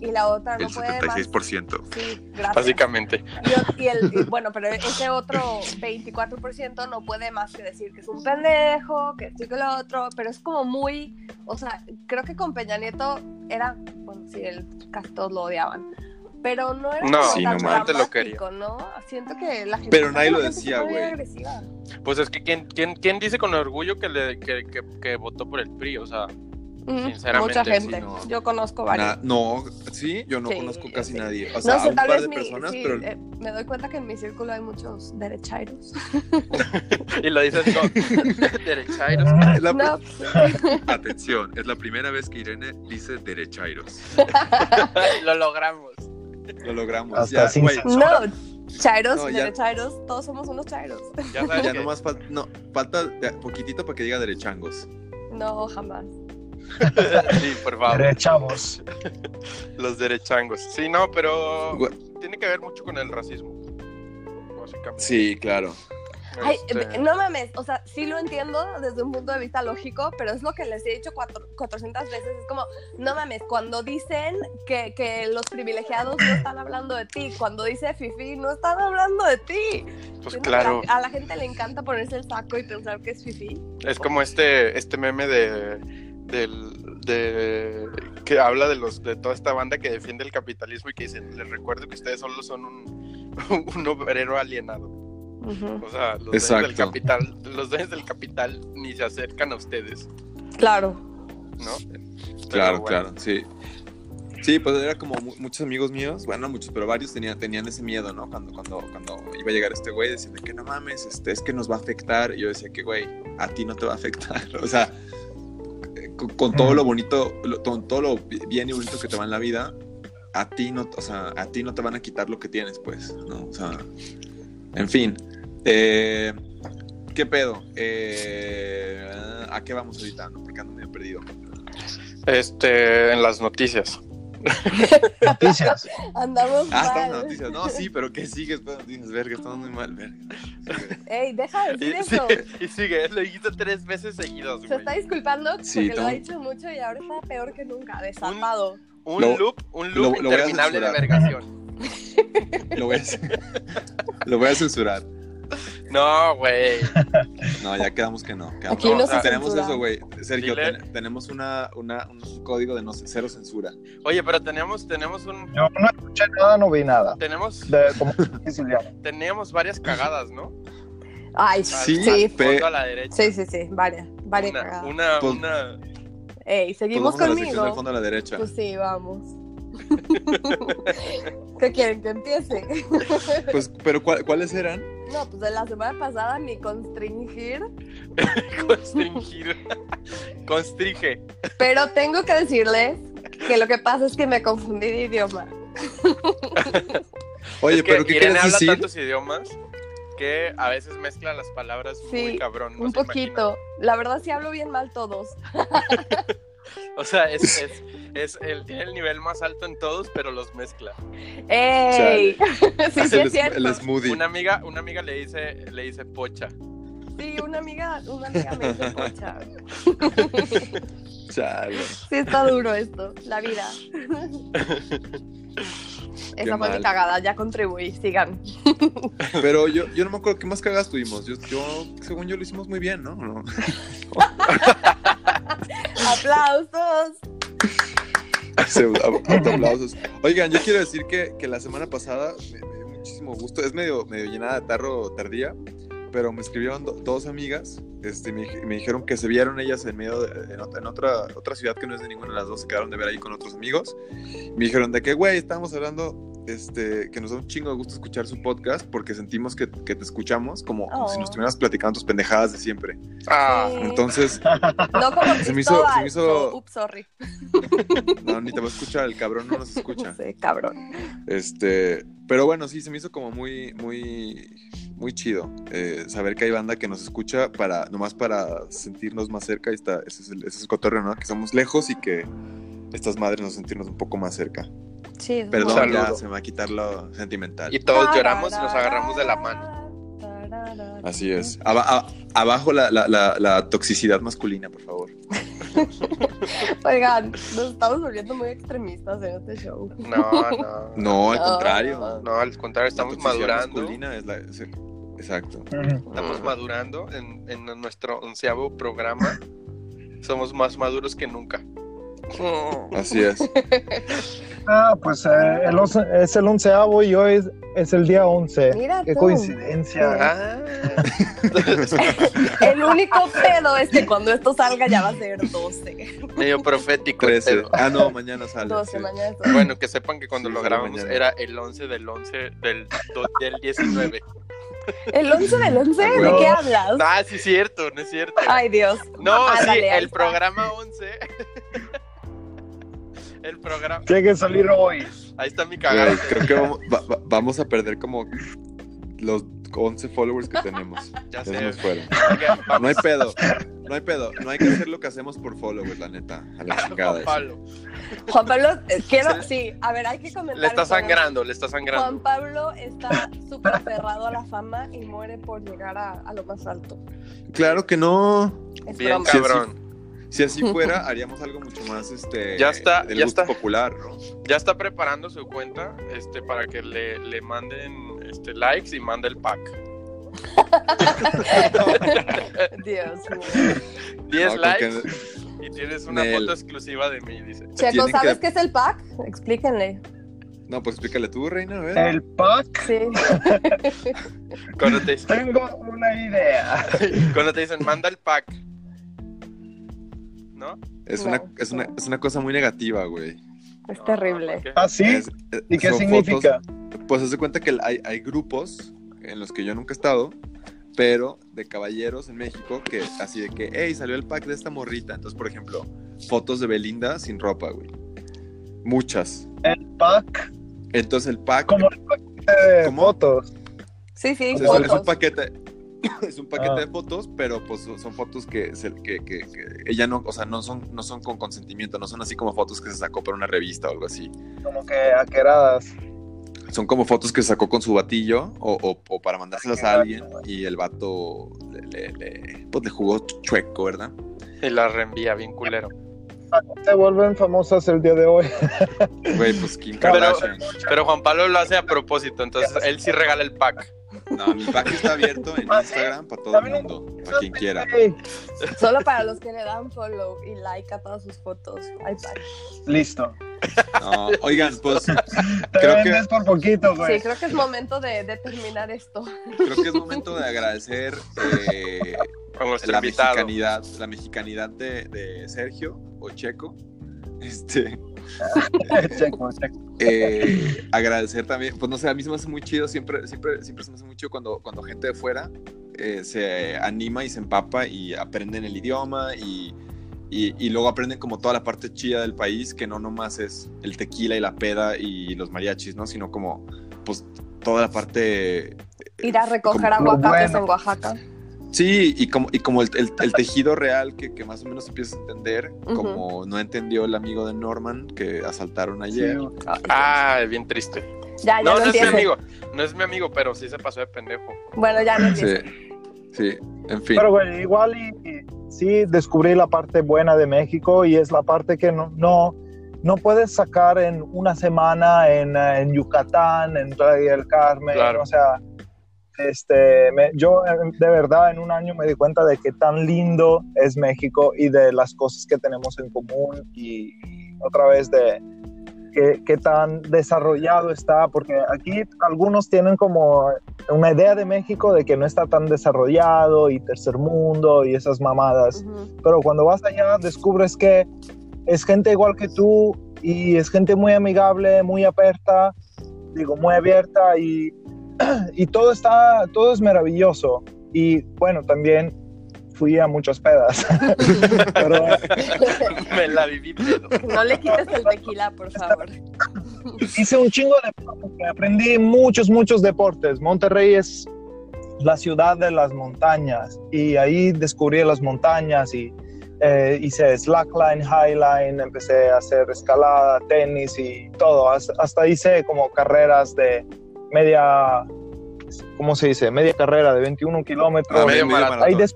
Speaker 4: y la otra no puede más. Sí, gracias.
Speaker 5: Básicamente.
Speaker 4: Y o- Y, el, y bueno, pero ese otro 24% no puede más que decir que es un pendejo, que esto y que lo otro, pero es como muy, o sea, creo que con Peña Nieto era, bueno, sí, él, casi todos lo odiaban, pero no era
Speaker 5: No,
Speaker 4: como
Speaker 5: sí,
Speaker 4: tan
Speaker 5: no mames. Te lo quería.
Speaker 4: dramático, ¿no? Siento que la gente...
Speaker 3: Pero nadie
Speaker 4: la
Speaker 3: lo
Speaker 4: gente se
Speaker 3: decía,
Speaker 4: pone bien
Speaker 3: güey.
Speaker 4: agresiva.
Speaker 5: Pues es que, ¿quién, quién, quién dice con orgullo que, le, que, que, que votó por el PRI? O sea,
Speaker 4: Mm,
Speaker 5: Sinceramente,
Speaker 4: Mucha
Speaker 5: sí,
Speaker 4: gente,
Speaker 5: no.
Speaker 4: yo conozco varios.
Speaker 3: Na- no, sí, yo no
Speaker 4: Sí,
Speaker 3: conozco casi
Speaker 4: sí.
Speaker 3: nadie. O sea,
Speaker 4: no sé,
Speaker 3: un
Speaker 4: tal
Speaker 3: par
Speaker 4: vez
Speaker 3: de
Speaker 4: mi-
Speaker 3: personas,
Speaker 4: sí,
Speaker 3: pero
Speaker 4: eh, me doy cuenta que en mi círculo hay muchos derechairos.
Speaker 5: y lo dices con derechairos.
Speaker 3: La-
Speaker 4: No.
Speaker 3: Atención, es la primera vez que Irene dice derechairos.
Speaker 5: lo logramos.
Speaker 3: Lo logramos.
Speaker 6: Hasta
Speaker 3: ya,
Speaker 6: sin
Speaker 3: güey.
Speaker 4: No, Chairos,
Speaker 3: No, ya-
Speaker 4: derechairos, todos somos unos chairos.
Speaker 5: Ya
Speaker 3: ya nomás fal- no, falta de- poquitito para que diga derechangos.
Speaker 4: No, jamás.
Speaker 5: Sí, por favor.
Speaker 6: Derechamos.
Speaker 5: Los derechangos. Sí, no, pero
Speaker 3: Gua-
Speaker 5: tiene que ver mucho con el racismo. Básicamente.
Speaker 3: Sí, claro.
Speaker 4: Ay,
Speaker 5: Este,
Speaker 4: ve- no mames, o sea, sí lo entiendo desde un punto de vista lógico, pero es lo que les he dicho cuatro- 400 veces, es como, no mames, cuando dicen que, que los privilegiados no están hablando de ti, cuando dice Fifi, no están hablando de ti.
Speaker 5: Pues
Speaker 4: Siento que
Speaker 5: claro.
Speaker 4: A, a la gente le encanta ponerse el saco y pensar que es Fifi.
Speaker 5: Es como este, este meme de, del, de que habla de los de toda esta banda que defiende el capitalismo y que dice, les recuerdo que ustedes solo son un, un obrero alienado. O sea, los dueños del
Speaker 3: Exacto.
Speaker 5: capital, los dueños del capital ni se acercan a ustedes,
Speaker 4: Claro.
Speaker 5: ¿no?
Speaker 3: Claro,
Speaker 5: bueno.
Speaker 3: claro, sí. Sí, pues era como mu- muchos amigos míos, bueno, no muchos, pero varios tenían, tenían ese miedo, ¿no? Cuando, cuando, cuando iba a llegar este güey, decían de que no mames, este, es que nos va a afectar. Y yo decía que, güey, a ti no te va a afectar. O sea, eh, con, con todo lo bonito, lo- con todo lo bi- bien y bonito que te va en la vida, a ti no, o sea, a ti no te van a quitar lo que tienes, pues, ¿no? O sea, en fin. Eh, ¿Qué pedo? Eh, ¿A qué vamos ahorita? No? Porque ando medio perdido.
Speaker 5: Este, en las noticias.
Speaker 6: Noticias.
Speaker 4: Andamos
Speaker 3: Ah,
Speaker 4: mal.
Speaker 3: estamos en las noticias. No, sí, pero ¿qué sigue después de noticias? Verga, estamos muy mal, verga.
Speaker 4: Ey, deja de
Speaker 5: Y,
Speaker 4: decir eso.
Speaker 5: y sigue, lo dijiste tres veces seguidas,
Speaker 4: Se
Speaker 5: güey.
Speaker 4: está disculpando
Speaker 3: Sí,
Speaker 4: porque lo ha
Speaker 3: tengo-
Speaker 4: dicho mucho y ahora está peor que nunca, desatado.
Speaker 5: Un
Speaker 3: Lo-
Speaker 5: loop, un
Speaker 3: lo- lo
Speaker 5: loop
Speaker 3: voy a
Speaker 5: interminable de
Speaker 3: censurar.
Speaker 5: vergación.
Speaker 3: Lo voy a, lo voy a censurar.
Speaker 5: No, güey.
Speaker 3: No, ya quedamos que no. quedamos-
Speaker 4: Aquí no
Speaker 3: No, Ah,
Speaker 4: se
Speaker 3: tenemos
Speaker 4: censura.
Speaker 3: eso, güey. Sergio,
Speaker 5: Dile.
Speaker 3: ten- tenemos una, una, un código de no ce- cero censura.
Speaker 5: Oye, pero tenemos, tenemos un,
Speaker 6: Yo no escuché nada, no vi nada.
Speaker 5: tenemos,
Speaker 6: De, como dice Ileana.
Speaker 5: teníamos varias cagadas, ¿no?
Speaker 4: Ay,
Speaker 5: Al-
Speaker 3: Sí,
Speaker 5: al
Speaker 3: pe-
Speaker 5: fondo a la derecha.
Speaker 4: Sí, sí, sí, varias, varias
Speaker 5: Una,
Speaker 4: cagadas.
Speaker 5: una,
Speaker 3: Pues-
Speaker 5: una-
Speaker 4: Ey,
Speaker 3: Pues
Speaker 4: seguimos
Speaker 3: vamos a la sección del
Speaker 4: conmigo.
Speaker 3: fondo a la derecha.
Speaker 4: Pues sí, vamos. ¿Qué quieren que empiece?
Speaker 3: Pues, pero ¿cuál- ¿cuáles eran?
Speaker 4: No, pues de la semana pasada mi constringir,
Speaker 5: constringir. Constrige.
Speaker 4: pero tengo que decirles que lo que pasa es que me confundí de idioma.
Speaker 3: Pues Oye,
Speaker 5: Es que
Speaker 3: pero ¿qué
Speaker 5: Irene
Speaker 3: quieres
Speaker 5: habla
Speaker 3: decir?
Speaker 5: tantos idiomas que a veces mezcla las palabras muy
Speaker 4: Sí,
Speaker 5: cabrón. no
Speaker 4: Un
Speaker 5: se imaginan.
Speaker 4: poquito. La verdad sí hablo bien mal todos.
Speaker 5: O sea, es, es, es el, tiene el nivel más alto en todos, pero los mezcla.
Speaker 4: ¡Ey! sí,
Speaker 3: Haz
Speaker 4: sí
Speaker 3: el,
Speaker 4: es
Speaker 3: es-
Speaker 4: cierto.
Speaker 3: el smoothie.
Speaker 5: Una amiga, una amiga le dice, le dice pocha.
Speaker 4: Sí, una amiga, una amiga me dice pocha.
Speaker 3: Chale.
Speaker 4: Sí está duro esto, la vida. Esa fue
Speaker 3: mal.
Speaker 4: mi cagada, ya contribuí, sigan.
Speaker 3: Pero yo, yo no me acuerdo qué más cagadas tuvimos. Yo, yo, según yo, lo hicimos muy bien, ¿no? ¿No?
Speaker 4: ¡Aplausos!
Speaker 3: Pseudo- autoaplausos. Oigan, yo quiero decir que, que la semana pasada me, me dio muchísimo gusto. Es medio, medio llenada de tarro tardía, pero me escribieron do- dos amigas. Este, me, dij- me dijeron que se vieron ellas en medio de- en, ot- en otra, otra ciudad que no es de ninguna de las dos. Se quedaron de ver ahí con otros amigos. Me dijeron de que, güey, estábamos hablando. Este, que nos da un chingo de gusto escuchar su podcast porque sentimos que, que te escuchamos como, como si
Speaker 4: Oh.
Speaker 3: nos estuvieras platicando tus pendejadas de siempre.
Speaker 5: Ah,
Speaker 4: Sí.
Speaker 3: Entonces,
Speaker 4: No como
Speaker 3: Se me hizo- se me
Speaker 4: Cristóbal.
Speaker 3: hizo-
Speaker 4: Oh, ups, sorry.
Speaker 3: no, ni te va a escuchar, el cabrón no nos escucha.
Speaker 4: No sé, cabrón.
Speaker 3: Este, pero bueno, sí, se me hizo como muy, muy, muy chido eh, saber que hay banda que nos escucha para, nomás para sentirnos más cerca y está, ese es el, ese es el cotorreo, ¿no? Que estamos lejos y que estas madres nos sentirnos un poco más cerca.
Speaker 4: Sí, es
Speaker 3: Perdón,
Speaker 4: bueno.
Speaker 3: ya
Speaker 5: Saludo.
Speaker 3: se me va a quitar lo sentimental.
Speaker 5: y todos lloramos y nos agarramos de la mano.
Speaker 3: Así es. Aba- a- abajo la, la- la- la toxicidad masculina, por favor.
Speaker 4: Oigan, nos estamos volviendo muy extremistas en este show.
Speaker 5: No, no.
Speaker 3: No, al
Speaker 4: No,
Speaker 3: contrario.
Speaker 4: no,
Speaker 5: No, al contrario,
Speaker 3: La
Speaker 5: estamos
Speaker 3: toxicidad
Speaker 5: madurando.
Speaker 3: masculina Mm. es la- es- exacto.
Speaker 6: Ujú.
Speaker 5: Estamos madurando en, en nuestro onceavo programa. Somos más maduros que nunca.
Speaker 3: Así es.
Speaker 6: Ah, pues eh, el once- es el onceavo y hoy es, es el día once.
Speaker 4: Mira
Speaker 6: Eh, Qué
Speaker 4: tú.
Speaker 6: coincidencia.
Speaker 5: Ah.
Speaker 4: El único pedo es que cuando esto salga ya va a ser 12.
Speaker 5: Medio profético. el
Speaker 3: 13.
Speaker 5: pedo.
Speaker 3: Ah, no, mañana sale.
Speaker 4: 12
Speaker 3: sí.
Speaker 4: mañana. es 12.
Speaker 5: Bueno, que sepan que cuando
Speaker 3: Sí,
Speaker 5: lo
Speaker 3: sale
Speaker 5: grabamos
Speaker 3: mañana.
Speaker 5: era el 11 del 11 del, do- del 19.
Speaker 4: ¿El 11 del 11? ¿De
Speaker 6: Huevo.
Speaker 4: qué hablas?
Speaker 5: Ah, sí es cierto, no es cierto.
Speaker 4: Ay, Dios.
Speaker 5: No,
Speaker 3: Ah,
Speaker 5: sí,
Speaker 4: Ándale, ahí
Speaker 5: el
Speaker 4: está.
Speaker 5: programa 11. El programa
Speaker 6: Tiene que salir hoy.
Speaker 5: Ahí está mi cagada.
Speaker 3: Güey, creo que vamos, va- va- vamos a perder como los 11 followers que tenemos.
Speaker 5: Ya
Speaker 3: Ya se
Speaker 5: sé.
Speaker 3: nos fueron.
Speaker 5: Ok, vamos.
Speaker 3: No hay pedo. No hay pedo. No hay que hacer lo que hacemos por followers, la neta. A la chingada. eso.
Speaker 4: Juan Pablo, eh, quiero, sí, a ver, hay que comentar.
Speaker 5: Le está
Speaker 4: esto, ¿no?
Speaker 5: sangrando, le está sangrando.
Speaker 4: Juan Pablo está súper aferrado a la fama y muere por llegar a, a lo más alto.
Speaker 3: Claro que no.
Speaker 4: Es
Speaker 5: Bien,
Speaker 4: broma.
Speaker 3: Si así, si así fuera, haríamos algo mucho más este
Speaker 5: Ya está,
Speaker 3: del
Speaker 5: ya
Speaker 3: gusto
Speaker 5: está.
Speaker 3: popular, ¿no?
Speaker 5: Ya está preparando su cuenta este, para que le, le manden este, likes y manda el pack.
Speaker 4: Dios mío.
Speaker 5: 10
Speaker 3: No, Ah, con que-
Speaker 5: likes y tienes una
Speaker 3: Nel.
Speaker 5: foto exclusiva de mí, dice.
Speaker 4: Checo,
Speaker 3: Tienen
Speaker 4: ¿sabes
Speaker 3: que-
Speaker 4: qué es el pack? Explíquenle.
Speaker 3: No, pues explícale tú, reina, a ver.
Speaker 6: El pack.
Speaker 4: Sí.
Speaker 5: Cuando te,
Speaker 6: Tengo una idea.
Speaker 5: cuando te dicen, manda el pack. ¿No?
Speaker 3: Es, una, es, una, es una cosa muy negativa, güey.
Speaker 4: Es terrible.
Speaker 6: ¿Ah, sí?
Speaker 3: Es- es-
Speaker 6: ¿Y qué
Speaker 3: son
Speaker 6: significa?
Speaker 3: fotos- pues hace cuenta que hay, hay grupos en los que yo nunca he estado, pero de caballeros en México que así de que, hey, salió el pack de esta morrita. Entonces, por ejemplo, fotos de Belinda sin ropa, güey. Muchas.
Speaker 6: El pack.
Speaker 3: Entonces el pack
Speaker 6: Como el paquete de motos.
Speaker 4: Sí, sí,
Speaker 3: o sea, es, es un
Speaker 4: fotos.
Speaker 3: paquete. Es un paquete
Speaker 6: Ah.
Speaker 3: de fotos, pero pues son son fotos que, se- que, que- que ella no, o sea, no son, no son con consentimiento, no son así como fotos que se sacó para una revista o algo así.
Speaker 6: Como que aqueradas.
Speaker 3: Son como fotos que sacó con su batillo o, o- o para mandárselas a alguien y el vato le, le- le- pues, le jugó chueco, ¿verdad?
Speaker 5: Y la reenvía bien culero.
Speaker 6: Se vuelven famosas el día de hoy.
Speaker 3: Güey, pues Kim
Speaker 5: Pero-
Speaker 3: Kardashian.
Speaker 5: Pero Juan Pablo lo hace a propósito, entonces él sí regala el pack.
Speaker 3: No, mi pack está abierto en
Speaker 6: Ah, sí.
Speaker 3: Instagram para todo el mundo, para quien quiera.
Speaker 6: Ey,
Speaker 4: Solo para los que le dan follow y like a todas sus fotos. Ay, pack.
Speaker 6: Listo.
Speaker 3: No, oigan, pues
Speaker 6: Te
Speaker 3: Creo que-
Speaker 6: vendes por poquito,
Speaker 4: Sí,
Speaker 6: güey.
Speaker 4: creo que es momento de, de terminar esto.
Speaker 3: creo que es momento de agradecer eh,
Speaker 5: Con nuestro
Speaker 3: la
Speaker 5: Pues invitado.
Speaker 3: mexicanidad, la mexicanidad de, de Sergio o Checo. Este,
Speaker 6: Checo, checo.
Speaker 3: eh, agradecer también, pues no sé, a mí se me hace muy chido, siempre, siempre, siempre se me hace muy chido cuando, cuando gente de fuera eh, se anima y se empapa y aprenden el idioma y, y- y luego aprenden como toda la parte chida del país, que no nomás es el tequila y la peda y los mariachis, ¿no? Sino como, pues, toda la parte
Speaker 4: Ir a recoger
Speaker 6: Como-
Speaker 4: aguacates
Speaker 6: bueno.
Speaker 4: en Oaxaca.
Speaker 3: Sí, y como, y como el, el- el tejido real que, que más o menos empiezas a entender,
Speaker 4: Ujú.
Speaker 3: como no entendió el amigo de Norman que asaltaron ayer.
Speaker 6: Sí,
Speaker 5: Ah, bien triste.
Speaker 4: Ah, Ya, ya
Speaker 5: No,
Speaker 4: no,
Speaker 5: no es mi
Speaker 4: empiecen.
Speaker 5: amigo. No es mi amigo, pero sí se pasó de pendejo.
Speaker 4: Bueno, ya no
Speaker 3: Sí,
Speaker 4: empiecen.
Speaker 3: sí, en fin.
Speaker 6: Pero, güey, igual y, y sí descubrí la parte buena de México y es la parte que no, no, no puedes sacar en una semana en, eh, en Yucatán, en Playa del Carmen.
Speaker 5: Claro.
Speaker 6: O sea, este, me- yo eh, de verdad en un año me di cuenta de que tan lindo es México y de las cosas que tenemos en común y otra vez de qué, qué tan desarrollado está, porque aquí algunos tienen como una idea de México de que no está tan desarrollado y tercer mundo y esas mamadas
Speaker 4: Ujú.
Speaker 6: pero cuando vas allá descubres que es gente igual que tú y es gente muy amigable, muy abierta, digo, muy abierta y, y todo está, todo es maravilloso. Y bueno, también fui a muchas pedas, pero
Speaker 5: Me la viví pedo.
Speaker 4: No le quites el tequila, por favor.
Speaker 6: hice un chingo de deportes, aprendí muchos, muchos deportes. Monterrey es la ciudad de las montañas y ahí descubrí las montañas y eh, hice slackline, highline, empecé a hacer escalada, tenis y todo. Hasta, hasta hice como carreras de media, ¿cómo se dice? Media carrera de 21 kilómetros.
Speaker 3: Ah,
Speaker 5: medio
Speaker 6: Ahí des-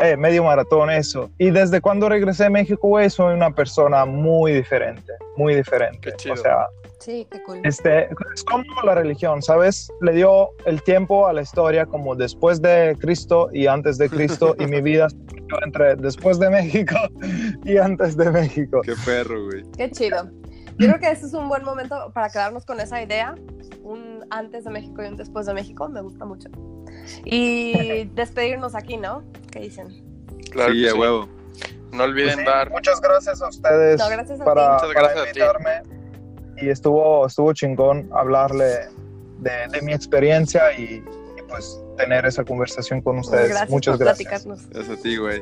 Speaker 6: eh, medio maratón, eso. Y desde cuando regresé a México, güey, soy una persona muy diferente, muy diferente.
Speaker 5: Qué chido.
Speaker 6: O sea,
Speaker 10: Sí, qué cool.
Speaker 6: este, es como la religión, ¿sabes? Le dio el tiempo a la historia como después de Cristo y antes de Cristo y mi vida se convirtió entre después de México y antes de México.
Speaker 3: Qué perro, güey.
Speaker 4: Qué chido. Yo creo que este es un buen momento para quedarnos con esa idea. Un antes de México y un después de México. Me gusta mucho. Y despedirnos aquí, ¿no? ¿Qué
Speaker 6: Pues
Speaker 4: dicen?
Speaker 5: Claro
Speaker 3: sí,
Speaker 5: que
Speaker 3: de
Speaker 5: sí.
Speaker 3: huevo.
Speaker 5: No olviden
Speaker 6: Sí,
Speaker 5: dar.
Speaker 6: Muchas gracias a ustedes
Speaker 4: No, gracias a
Speaker 6: para,
Speaker 5: ti. Muchas
Speaker 6: para
Speaker 5: gracias a ti.
Speaker 6: invitarme y estuvo, estuvo chingón hablarle de, de mi experiencia y, y, pues tener esa conversación con ustedes.
Speaker 4: gracias
Speaker 6: muchas
Speaker 4: por
Speaker 6: gracias.
Speaker 4: platicarnos.
Speaker 3: Gracias a ti, güey.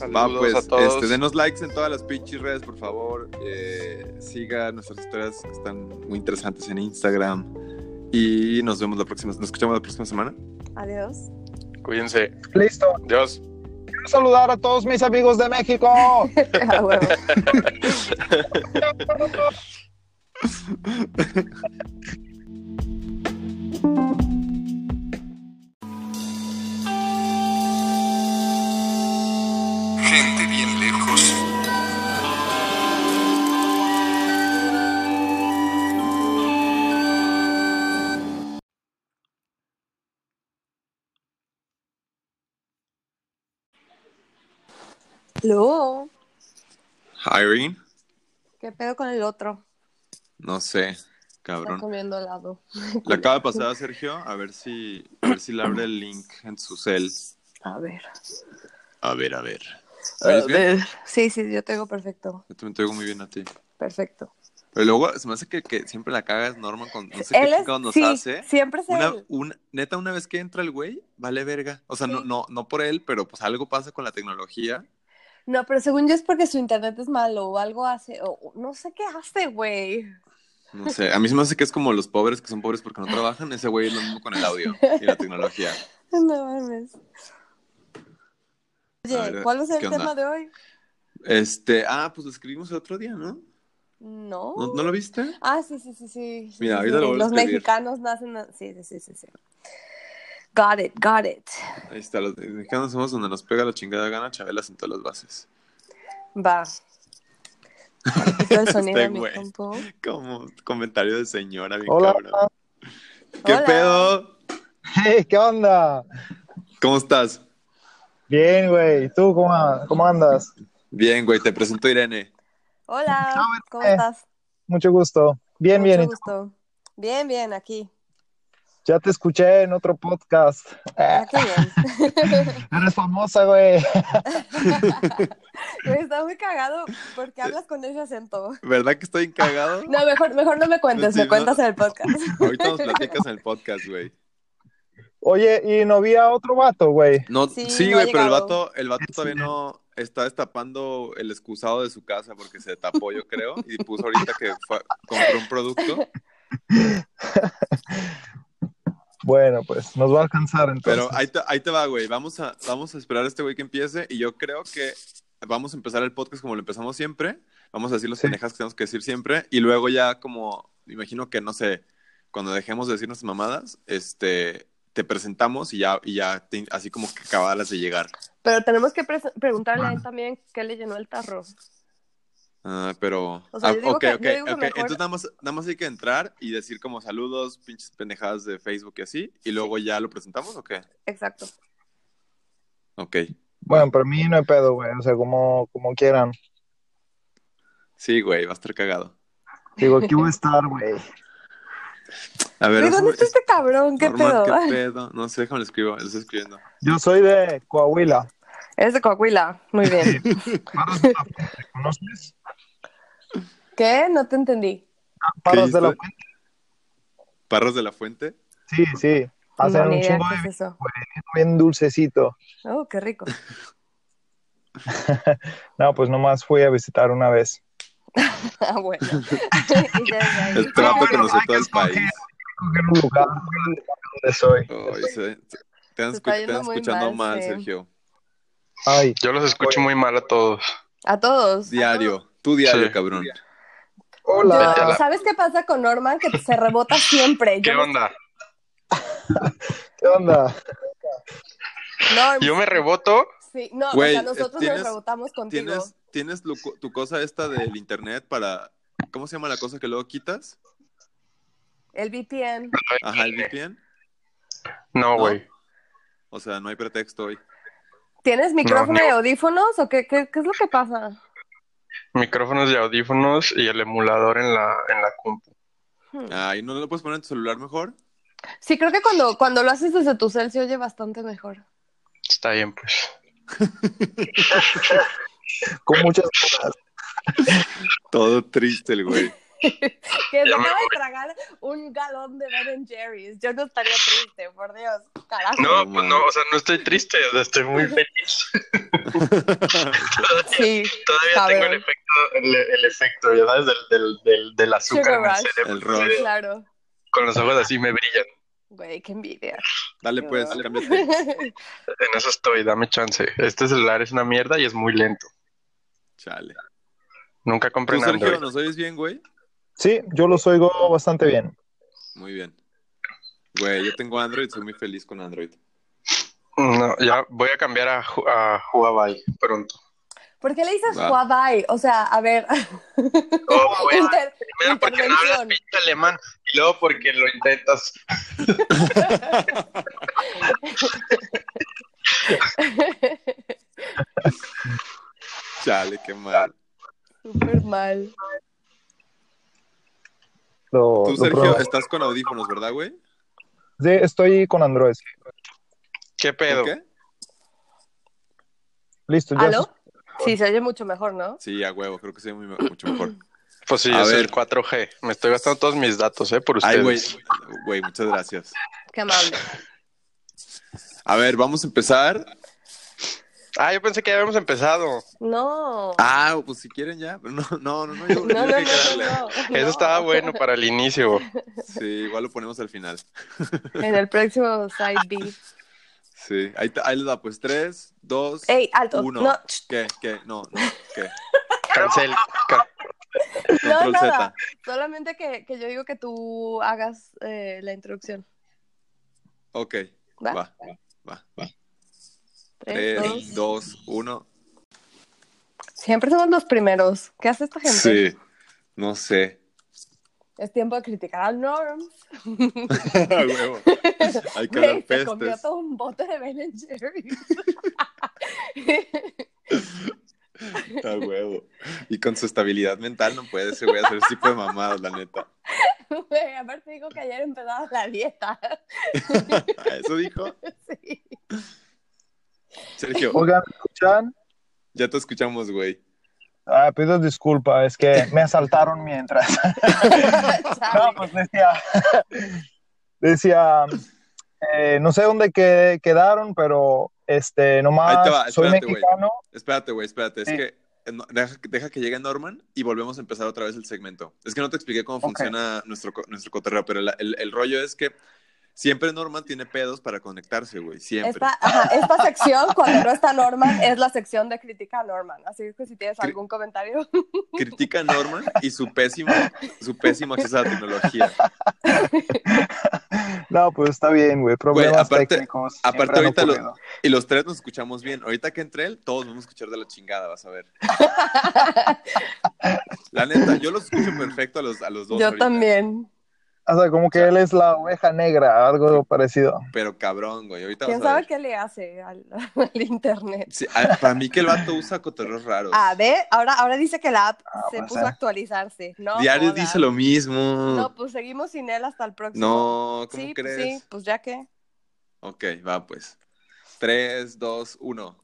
Speaker 3: Va,
Speaker 5: Saludos
Speaker 3: pues,
Speaker 5: a todos.
Speaker 3: Este, denos likes en todas las pinches redes, por favor. Eh, siga nuestras historias que están muy interesantes en Instagram. Y nos vemos la próxima, nos escuchamos la próxima semana.
Speaker 4: Adiós.
Speaker 5: Cuídense.
Speaker 6: Listo.
Speaker 5: Dios.
Speaker 6: Quiero saludar a todos mis amigos de México.
Speaker 2: Gente bien lejos.
Speaker 4: Lo,
Speaker 3: Irene,
Speaker 4: ¿qué pedo con el otro?
Speaker 3: no sé,
Speaker 4: Está
Speaker 3: cabrón.
Speaker 4: comiendo helado.
Speaker 3: Le acaba de pasar a Sergio, a ver si, a ver si le abre el link en su cel.
Speaker 4: A ver.
Speaker 3: A ver, a ver.
Speaker 4: A
Speaker 3: ¿Ves bien?
Speaker 4: Sí, sí, yo te digo perfecto.
Speaker 3: Yo también te oigo muy bien a ti.
Speaker 4: Perfecto.
Speaker 3: Pero luego se me hace que, que siempre la cagas Norman con no sé
Speaker 4: Él
Speaker 3: qué
Speaker 4: es-
Speaker 3: chingados nos
Speaker 4: sí,
Speaker 3: hace.
Speaker 4: siempre es
Speaker 3: una,
Speaker 4: él.
Speaker 3: una- neta, una vez que entra el güey, vale verga. O sea, no, no, no por él, pero pues algo pasa con la tecnología.
Speaker 4: No, pero según yo es porque su internet es malo o algo hace. O, o- no sé qué hace, güey.
Speaker 3: No sé. A mí se me hace que es como los pobres que son pobres porque no trabajan. Ese güey es lo mismo con el audio y la tecnología.
Speaker 4: No mames.
Speaker 3: A
Speaker 4: Oye,
Speaker 3: ver,
Speaker 4: ¿cuál va a ser
Speaker 3: ¿qué
Speaker 4: el
Speaker 3: onda?
Speaker 4: tema de hoy?
Speaker 3: Este, ah, pues lo escribimos el otro día, ¿no?
Speaker 4: No.
Speaker 3: ¿No, no lo viste?
Speaker 4: Ah, sí, sí, sí, sí. sí,
Speaker 3: Mira,
Speaker 4: sí,
Speaker 3: ahorita
Speaker 4: sí.
Speaker 3: lo vuelvo a
Speaker 4: Los
Speaker 3: escribir.
Speaker 4: mexicanos nacen. Sí, sí, sí, sí, sí. Got it, got it.
Speaker 3: Ahí está. Los mexicanos somos donde nos pega la chingada gana. Chabela sentó las bases.
Speaker 4: Va. Quito el sonido
Speaker 3: Este
Speaker 4: a mi
Speaker 3: güey.
Speaker 4: compu.
Speaker 3: Como comentario de señora, bien
Speaker 6: Hola.
Speaker 3: cabrón. ¿Qué
Speaker 6: Hola.
Speaker 3: pedo?
Speaker 6: Hey, ¿Qué onda?
Speaker 3: ¿Cómo estás?
Speaker 6: Bien, güey. ¿Y ¿Tú cómo, cómo andas?
Speaker 3: Bien, güey, te presento a Irene.
Speaker 4: Hola, ¿cómo estás?
Speaker 6: Mucho gusto. Bien, bien.
Speaker 4: Mucho
Speaker 6: ¿y tú?
Speaker 4: gusto. Bien, bien, aquí.
Speaker 6: Ya te escuché en otro podcast.
Speaker 4: Ah, qué bien.
Speaker 6: Eres famosa, güey.
Speaker 4: Güey, Está muy cagado porque hablas con ese acento.
Speaker 3: ¿Verdad que estoy encagado?
Speaker 4: No, mejor, mejor no me cuentes,
Speaker 3: Sí,
Speaker 4: me
Speaker 3: no.
Speaker 4: cuentas en el podcast.
Speaker 3: Ahorita nos platicas en el podcast, güey.
Speaker 6: Oye, ¿y no había otro vato, güey?
Speaker 3: No,
Speaker 6: Sí,
Speaker 3: sí,
Speaker 6: no ha
Speaker 3: güey, pero el
Speaker 6: llegado.
Speaker 3: vato, el vato todavía no está destapando el excusado de su casa porque se tapó, yo creo, y puso ahorita que fue- compró un producto,
Speaker 6: Bueno, pues nos va a alcanzar entonces.
Speaker 3: pero ahí te, ahí te va, güey. Vamos a, vamos a esperar a este güey que empiece y yo creo que vamos a empezar el podcast como lo empezamos siempre. Vamos a decir los pendejas que tenemos que decir siempre y luego ya como, me imagino que, no sé, cuando dejemos de decir nuestras mamadas, este, te presentamos y ya, y ya te- así como que acabaras de llegar.
Speaker 4: Pero tenemos que pre- preguntarle a él también qué le llenó el tarro.
Speaker 3: Ah, pero.
Speaker 4: O sea, yo
Speaker 3: Ah,
Speaker 4: digo
Speaker 3: ok,
Speaker 4: que- yo
Speaker 3: ok,
Speaker 4: digo que
Speaker 3: ok.
Speaker 4: mejor-
Speaker 3: Entonces nada más, nada más hay que entrar y decir como saludos, pinches pendejadas de Facebook y así, y luego ya lo presentamos o qué?
Speaker 4: Exacto.
Speaker 3: Ok.
Speaker 6: Bueno, para mí no hay pedo, güey. O sea, como, como quieran.
Speaker 3: Sí, güey, va a estar cagado.
Speaker 6: Digo, aquí voy a estar, güey.
Speaker 3: A ver,
Speaker 4: Güey, ¿Dónde
Speaker 3: déjame-
Speaker 4: está este cabrón? ¿Qué
Speaker 3: Norman,
Speaker 4: pedo? Ah,
Speaker 3: ¿qué pedo? No sé, déjame lo escribo, lo estoy escribiendo.
Speaker 6: Yo soy de Coahuila.
Speaker 4: Es de Coahuila. Muy bien.
Speaker 6: ¿Conoces?
Speaker 4: ¿Qué? No te entendí.
Speaker 6: Paros de la
Speaker 3: dijiste? Parras de la Fuente.
Speaker 6: Sí, sí. Hacen
Speaker 4: No, ni
Speaker 6: un
Speaker 4: idea
Speaker 6: chingo
Speaker 4: qué
Speaker 6: de
Speaker 4: es eso.
Speaker 6: bien dulcecito.
Speaker 4: Oh, qué rico.
Speaker 6: No, pues nomás fui a visitar una vez.
Speaker 4: Ah, bueno. Y ya de ahí.
Speaker 3: El trato que nos hizo todo el país.
Speaker 6: Coger un lugar güey, donde soy.
Speaker 3: Ay, se- se- te han
Speaker 4: Se está
Speaker 3: escu- te
Speaker 4: yendo
Speaker 3: han
Speaker 4: muy
Speaker 3: escuchando
Speaker 4: mal,
Speaker 3: mal,
Speaker 4: sí.
Speaker 3: Sergio.
Speaker 6: Ay.
Speaker 5: Yo los escucho muy mal a todos.
Speaker 4: A todos.
Speaker 3: Diario, tu diario, cabrón.
Speaker 6: Hola.
Speaker 5: Vete a la-
Speaker 4: ¿Sabes qué pasa con Norman? Que se rebota siempre.
Speaker 5: ¿Qué
Speaker 4: Yo
Speaker 5: onda?
Speaker 6: ¿Qué onda?
Speaker 4: Norm,
Speaker 5: Yo me reboto.
Speaker 4: sí. No,
Speaker 3: Güey,
Speaker 4: o sea, nosotros
Speaker 3: ¿tienes-
Speaker 4: nos rebotamos contigo.
Speaker 3: ¿Tienes, tienes lo- tu cosa esta del internet para. ¿Cómo se llama la cosa que luego quitas?
Speaker 4: El VPN.
Speaker 3: Ajá, el VPN.
Speaker 5: No, güey.
Speaker 3: O sea, no hay pretexto hoy.
Speaker 4: ¿Tienes micrófono
Speaker 5: No, no.
Speaker 4: y audífonos o qué, qué, qué es lo que pasa?
Speaker 5: Micrófonos y audífonos y el emulador en la, en la compu.
Speaker 3: Ah, ¿y no lo puedes poner en tu celular mejor?
Speaker 4: Hmm. Sí, creo que cuando, cuando lo haces desde tu cel se oye bastante mejor.
Speaker 5: Está bien, pues.
Speaker 6: Con muchas ganas.
Speaker 3: Todo triste el güey.
Speaker 4: que se
Speaker 5: Ya me
Speaker 4: acaba de
Speaker 5: voy.
Speaker 4: tragar un galón de Ben Jerry's. Yo no estaría triste, por Dios. Carajo.
Speaker 5: No, pues no, o sea, no estoy triste, o sea, estoy muy feliz.
Speaker 4: Sí,
Speaker 5: Todavía tengo el efecto, el, el efecto, ya sabes, del, del, del, del azúcar en el
Speaker 4: rush.
Speaker 5: cerebro.
Speaker 4: Sí, Claro.
Speaker 5: Con los ojos así me brillan.
Speaker 4: Güey, qué envidia.
Speaker 3: Dale pues, cámbiate.
Speaker 5: En eso estoy, dame chance. Este celular es una mierda y es muy lento.
Speaker 3: Chale.
Speaker 5: Nunca compré
Speaker 3: ¿Tú,
Speaker 5: un Android.
Speaker 3: Sergio, nos oyes bien, güey?
Speaker 6: Sí, yo los oigo bastante bien.
Speaker 3: Muy bien. Güey, yo tengo Android, soy muy feliz con Android.
Speaker 5: No, ya voy a cambiar a, Ju- a Huawei pronto.
Speaker 4: ¿Por qué le dices
Speaker 5: Va.
Speaker 4: Huawei? O sea, a ver. Inter-
Speaker 5: Primero porque no hablas pinche alemán y luego porque lo intentas.
Speaker 3: Chale, qué mal.
Speaker 4: Súper mal.
Speaker 6: Lo-
Speaker 3: Tú,
Speaker 6: lo
Speaker 3: Sergio,
Speaker 6: pruebo.
Speaker 3: estás con audífonos, ¿verdad, güey?
Speaker 6: Sí, estoy con Android.
Speaker 5: ¿Qué pedo?
Speaker 6: Listo, ya.
Speaker 4: ¿Aló? Sí, se oye mucho mejor, ¿no?
Speaker 3: Sí, a huevo, creo que soy muy, mucho mejor.
Speaker 5: Pues sí,
Speaker 3: A
Speaker 5: yo soy
Speaker 3: ver.
Speaker 5: el 4G. Me estoy gastando todos mis datos, ¿eh? Por
Speaker 3: Ay, güey,
Speaker 5: ustedes.
Speaker 3: güey, muchas gracias.
Speaker 4: Qué amable.
Speaker 3: A ver, vamos a empezar.
Speaker 5: Ah, yo pensé que ya habíamos empezado.
Speaker 4: No.
Speaker 3: Ah, pues si quieren ya. pero No, no, no, no. yo-
Speaker 4: No, no, no,
Speaker 5: Eso estaba bueno para el inicio.
Speaker 3: Sí, igual lo ponemos al final.
Speaker 4: En el próximo side B.
Speaker 3: Sí, ahí, te- ahí les da, pues tres, dos,
Speaker 4: Ey, alto.
Speaker 3: uno.
Speaker 4: No.
Speaker 3: ¿Qué? ¿Qué? No, no, ¿qué?
Speaker 5: Cancel.
Speaker 4: No,
Speaker 3: Control
Speaker 4: nada.
Speaker 3: Z.
Speaker 4: Solamente que, que yo digo que tú hagas eh, la introducción.
Speaker 3: Ok,
Speaker 4: ¿Va?
Speaker 3: va, va, va.
Speaker 4: Tres,
Speaker 3: Tres, dos, uno.
Speaker 4: Siempre somos los primeros. ¿Qué hace esta gente?
Speaker 3: Sí, no sé.
Speaker 4: Es tiempo de criticar al Norms.
Speaker 3: A huevo. Hay que
Speaker 4: Güey,
Speaker 3: hablar
Speaker 4: se comió
Speaker 3: pestes.
Speaker 4: todo un bote de Ben Jerry's.
Speaker 3: A huevo. Y con su estabilidad mental no puede ese güey hacer ese tipo de mamadas, la neta.
Speaker 4: Güey, aparte digo que ayer empezaba la dieta.
Speaker 3: ¿Eso dijo?
Speaker 4: Sí.
Speaker 3: Sergio,
Speaker 6: Oigan, ¿me escuchan?
Speaker 3: ya te escuchamos, güey.
Speaker 6: Ah, pido disculpa, es que me asaltaron mientras. no, pues decía, decía, eh, no sé dónde que- quedaron, pero este, nomás
Speaker 3: Ahí te va,
Speaker 6: soy
Speaker 3: espérate, güey.
Speaker 6: mexicano.
Speaker 3: Espérate, güey, espérate. Es
Speaker 6: Sí.
Speaker 3: que eh, no- deja, deja que llegue Norman y volvemos a empezar otra vez el segmento. Es que no te expliqué cómo funciona nuestro, co- nuestro cotorreo, pero la- el, el rollo es que siempre Norman tiene pedos para conectarse, güey. Siempre.
Speaker 4: Esta, ajá, esta sección, cuando no está Norman, es la sección de crítica a Norman. Así es que si tienes algún comentario.
Speaker 3: Critica a Norman y su pésimo, su pésimo acceso a la tecnología.
Speaker 6: No, pues está bien, güey,
Speaker 3: Güey,
Speaker 6: problemas
Speaker 3: aparte,
Speaker 6: técnicos. siempre
Speaker 3: aparte
Speaker 6: han
Speaker 3: ahorita los,
Speaker 6: ocurrido.
Speaker 3: y los tres nos escuchamos bien. Ahorita que entre él, todos vamos a escuchar de la chingada, vas a ver. La neta, yo los escucho perfecto a los, a los dos.
Speaker 4: Yo
Speaker 3: ahorita.
Speaker 4: también.
Speaker 6: O sea, como que él es la oveja negra, algo parecido.
Speaker 3: Pero cabrón, güey. Ahorita
Speaker 4: ¿Quién
Speaker 3: vas a ver.
Speaker 4: sabe qué le hace al, al internet?
Speaker 3: Sí, a- para mí que el vato usa cotorreos raros.
Speaker 4: A ver, ahora, ahora dice que la app se
Speaker 3: pues,
Speaker 4: puso a
Speaker 3: ah.
Speaker 4: actualizarse. No,
Speaker 3: Diario
Speaker 4: jodas.
Speaker 3: dice lo mismo.
Speaker 4: No, pues seguimos sin él hasta el próximo.
Speaker 3: No, ¿cómo
Speaker 4: sí, pues
Speaker 3: crees?
Speaker 4: sí, pues ya que.
Speaker 3: Ok, va pues. Tres, dos, uno.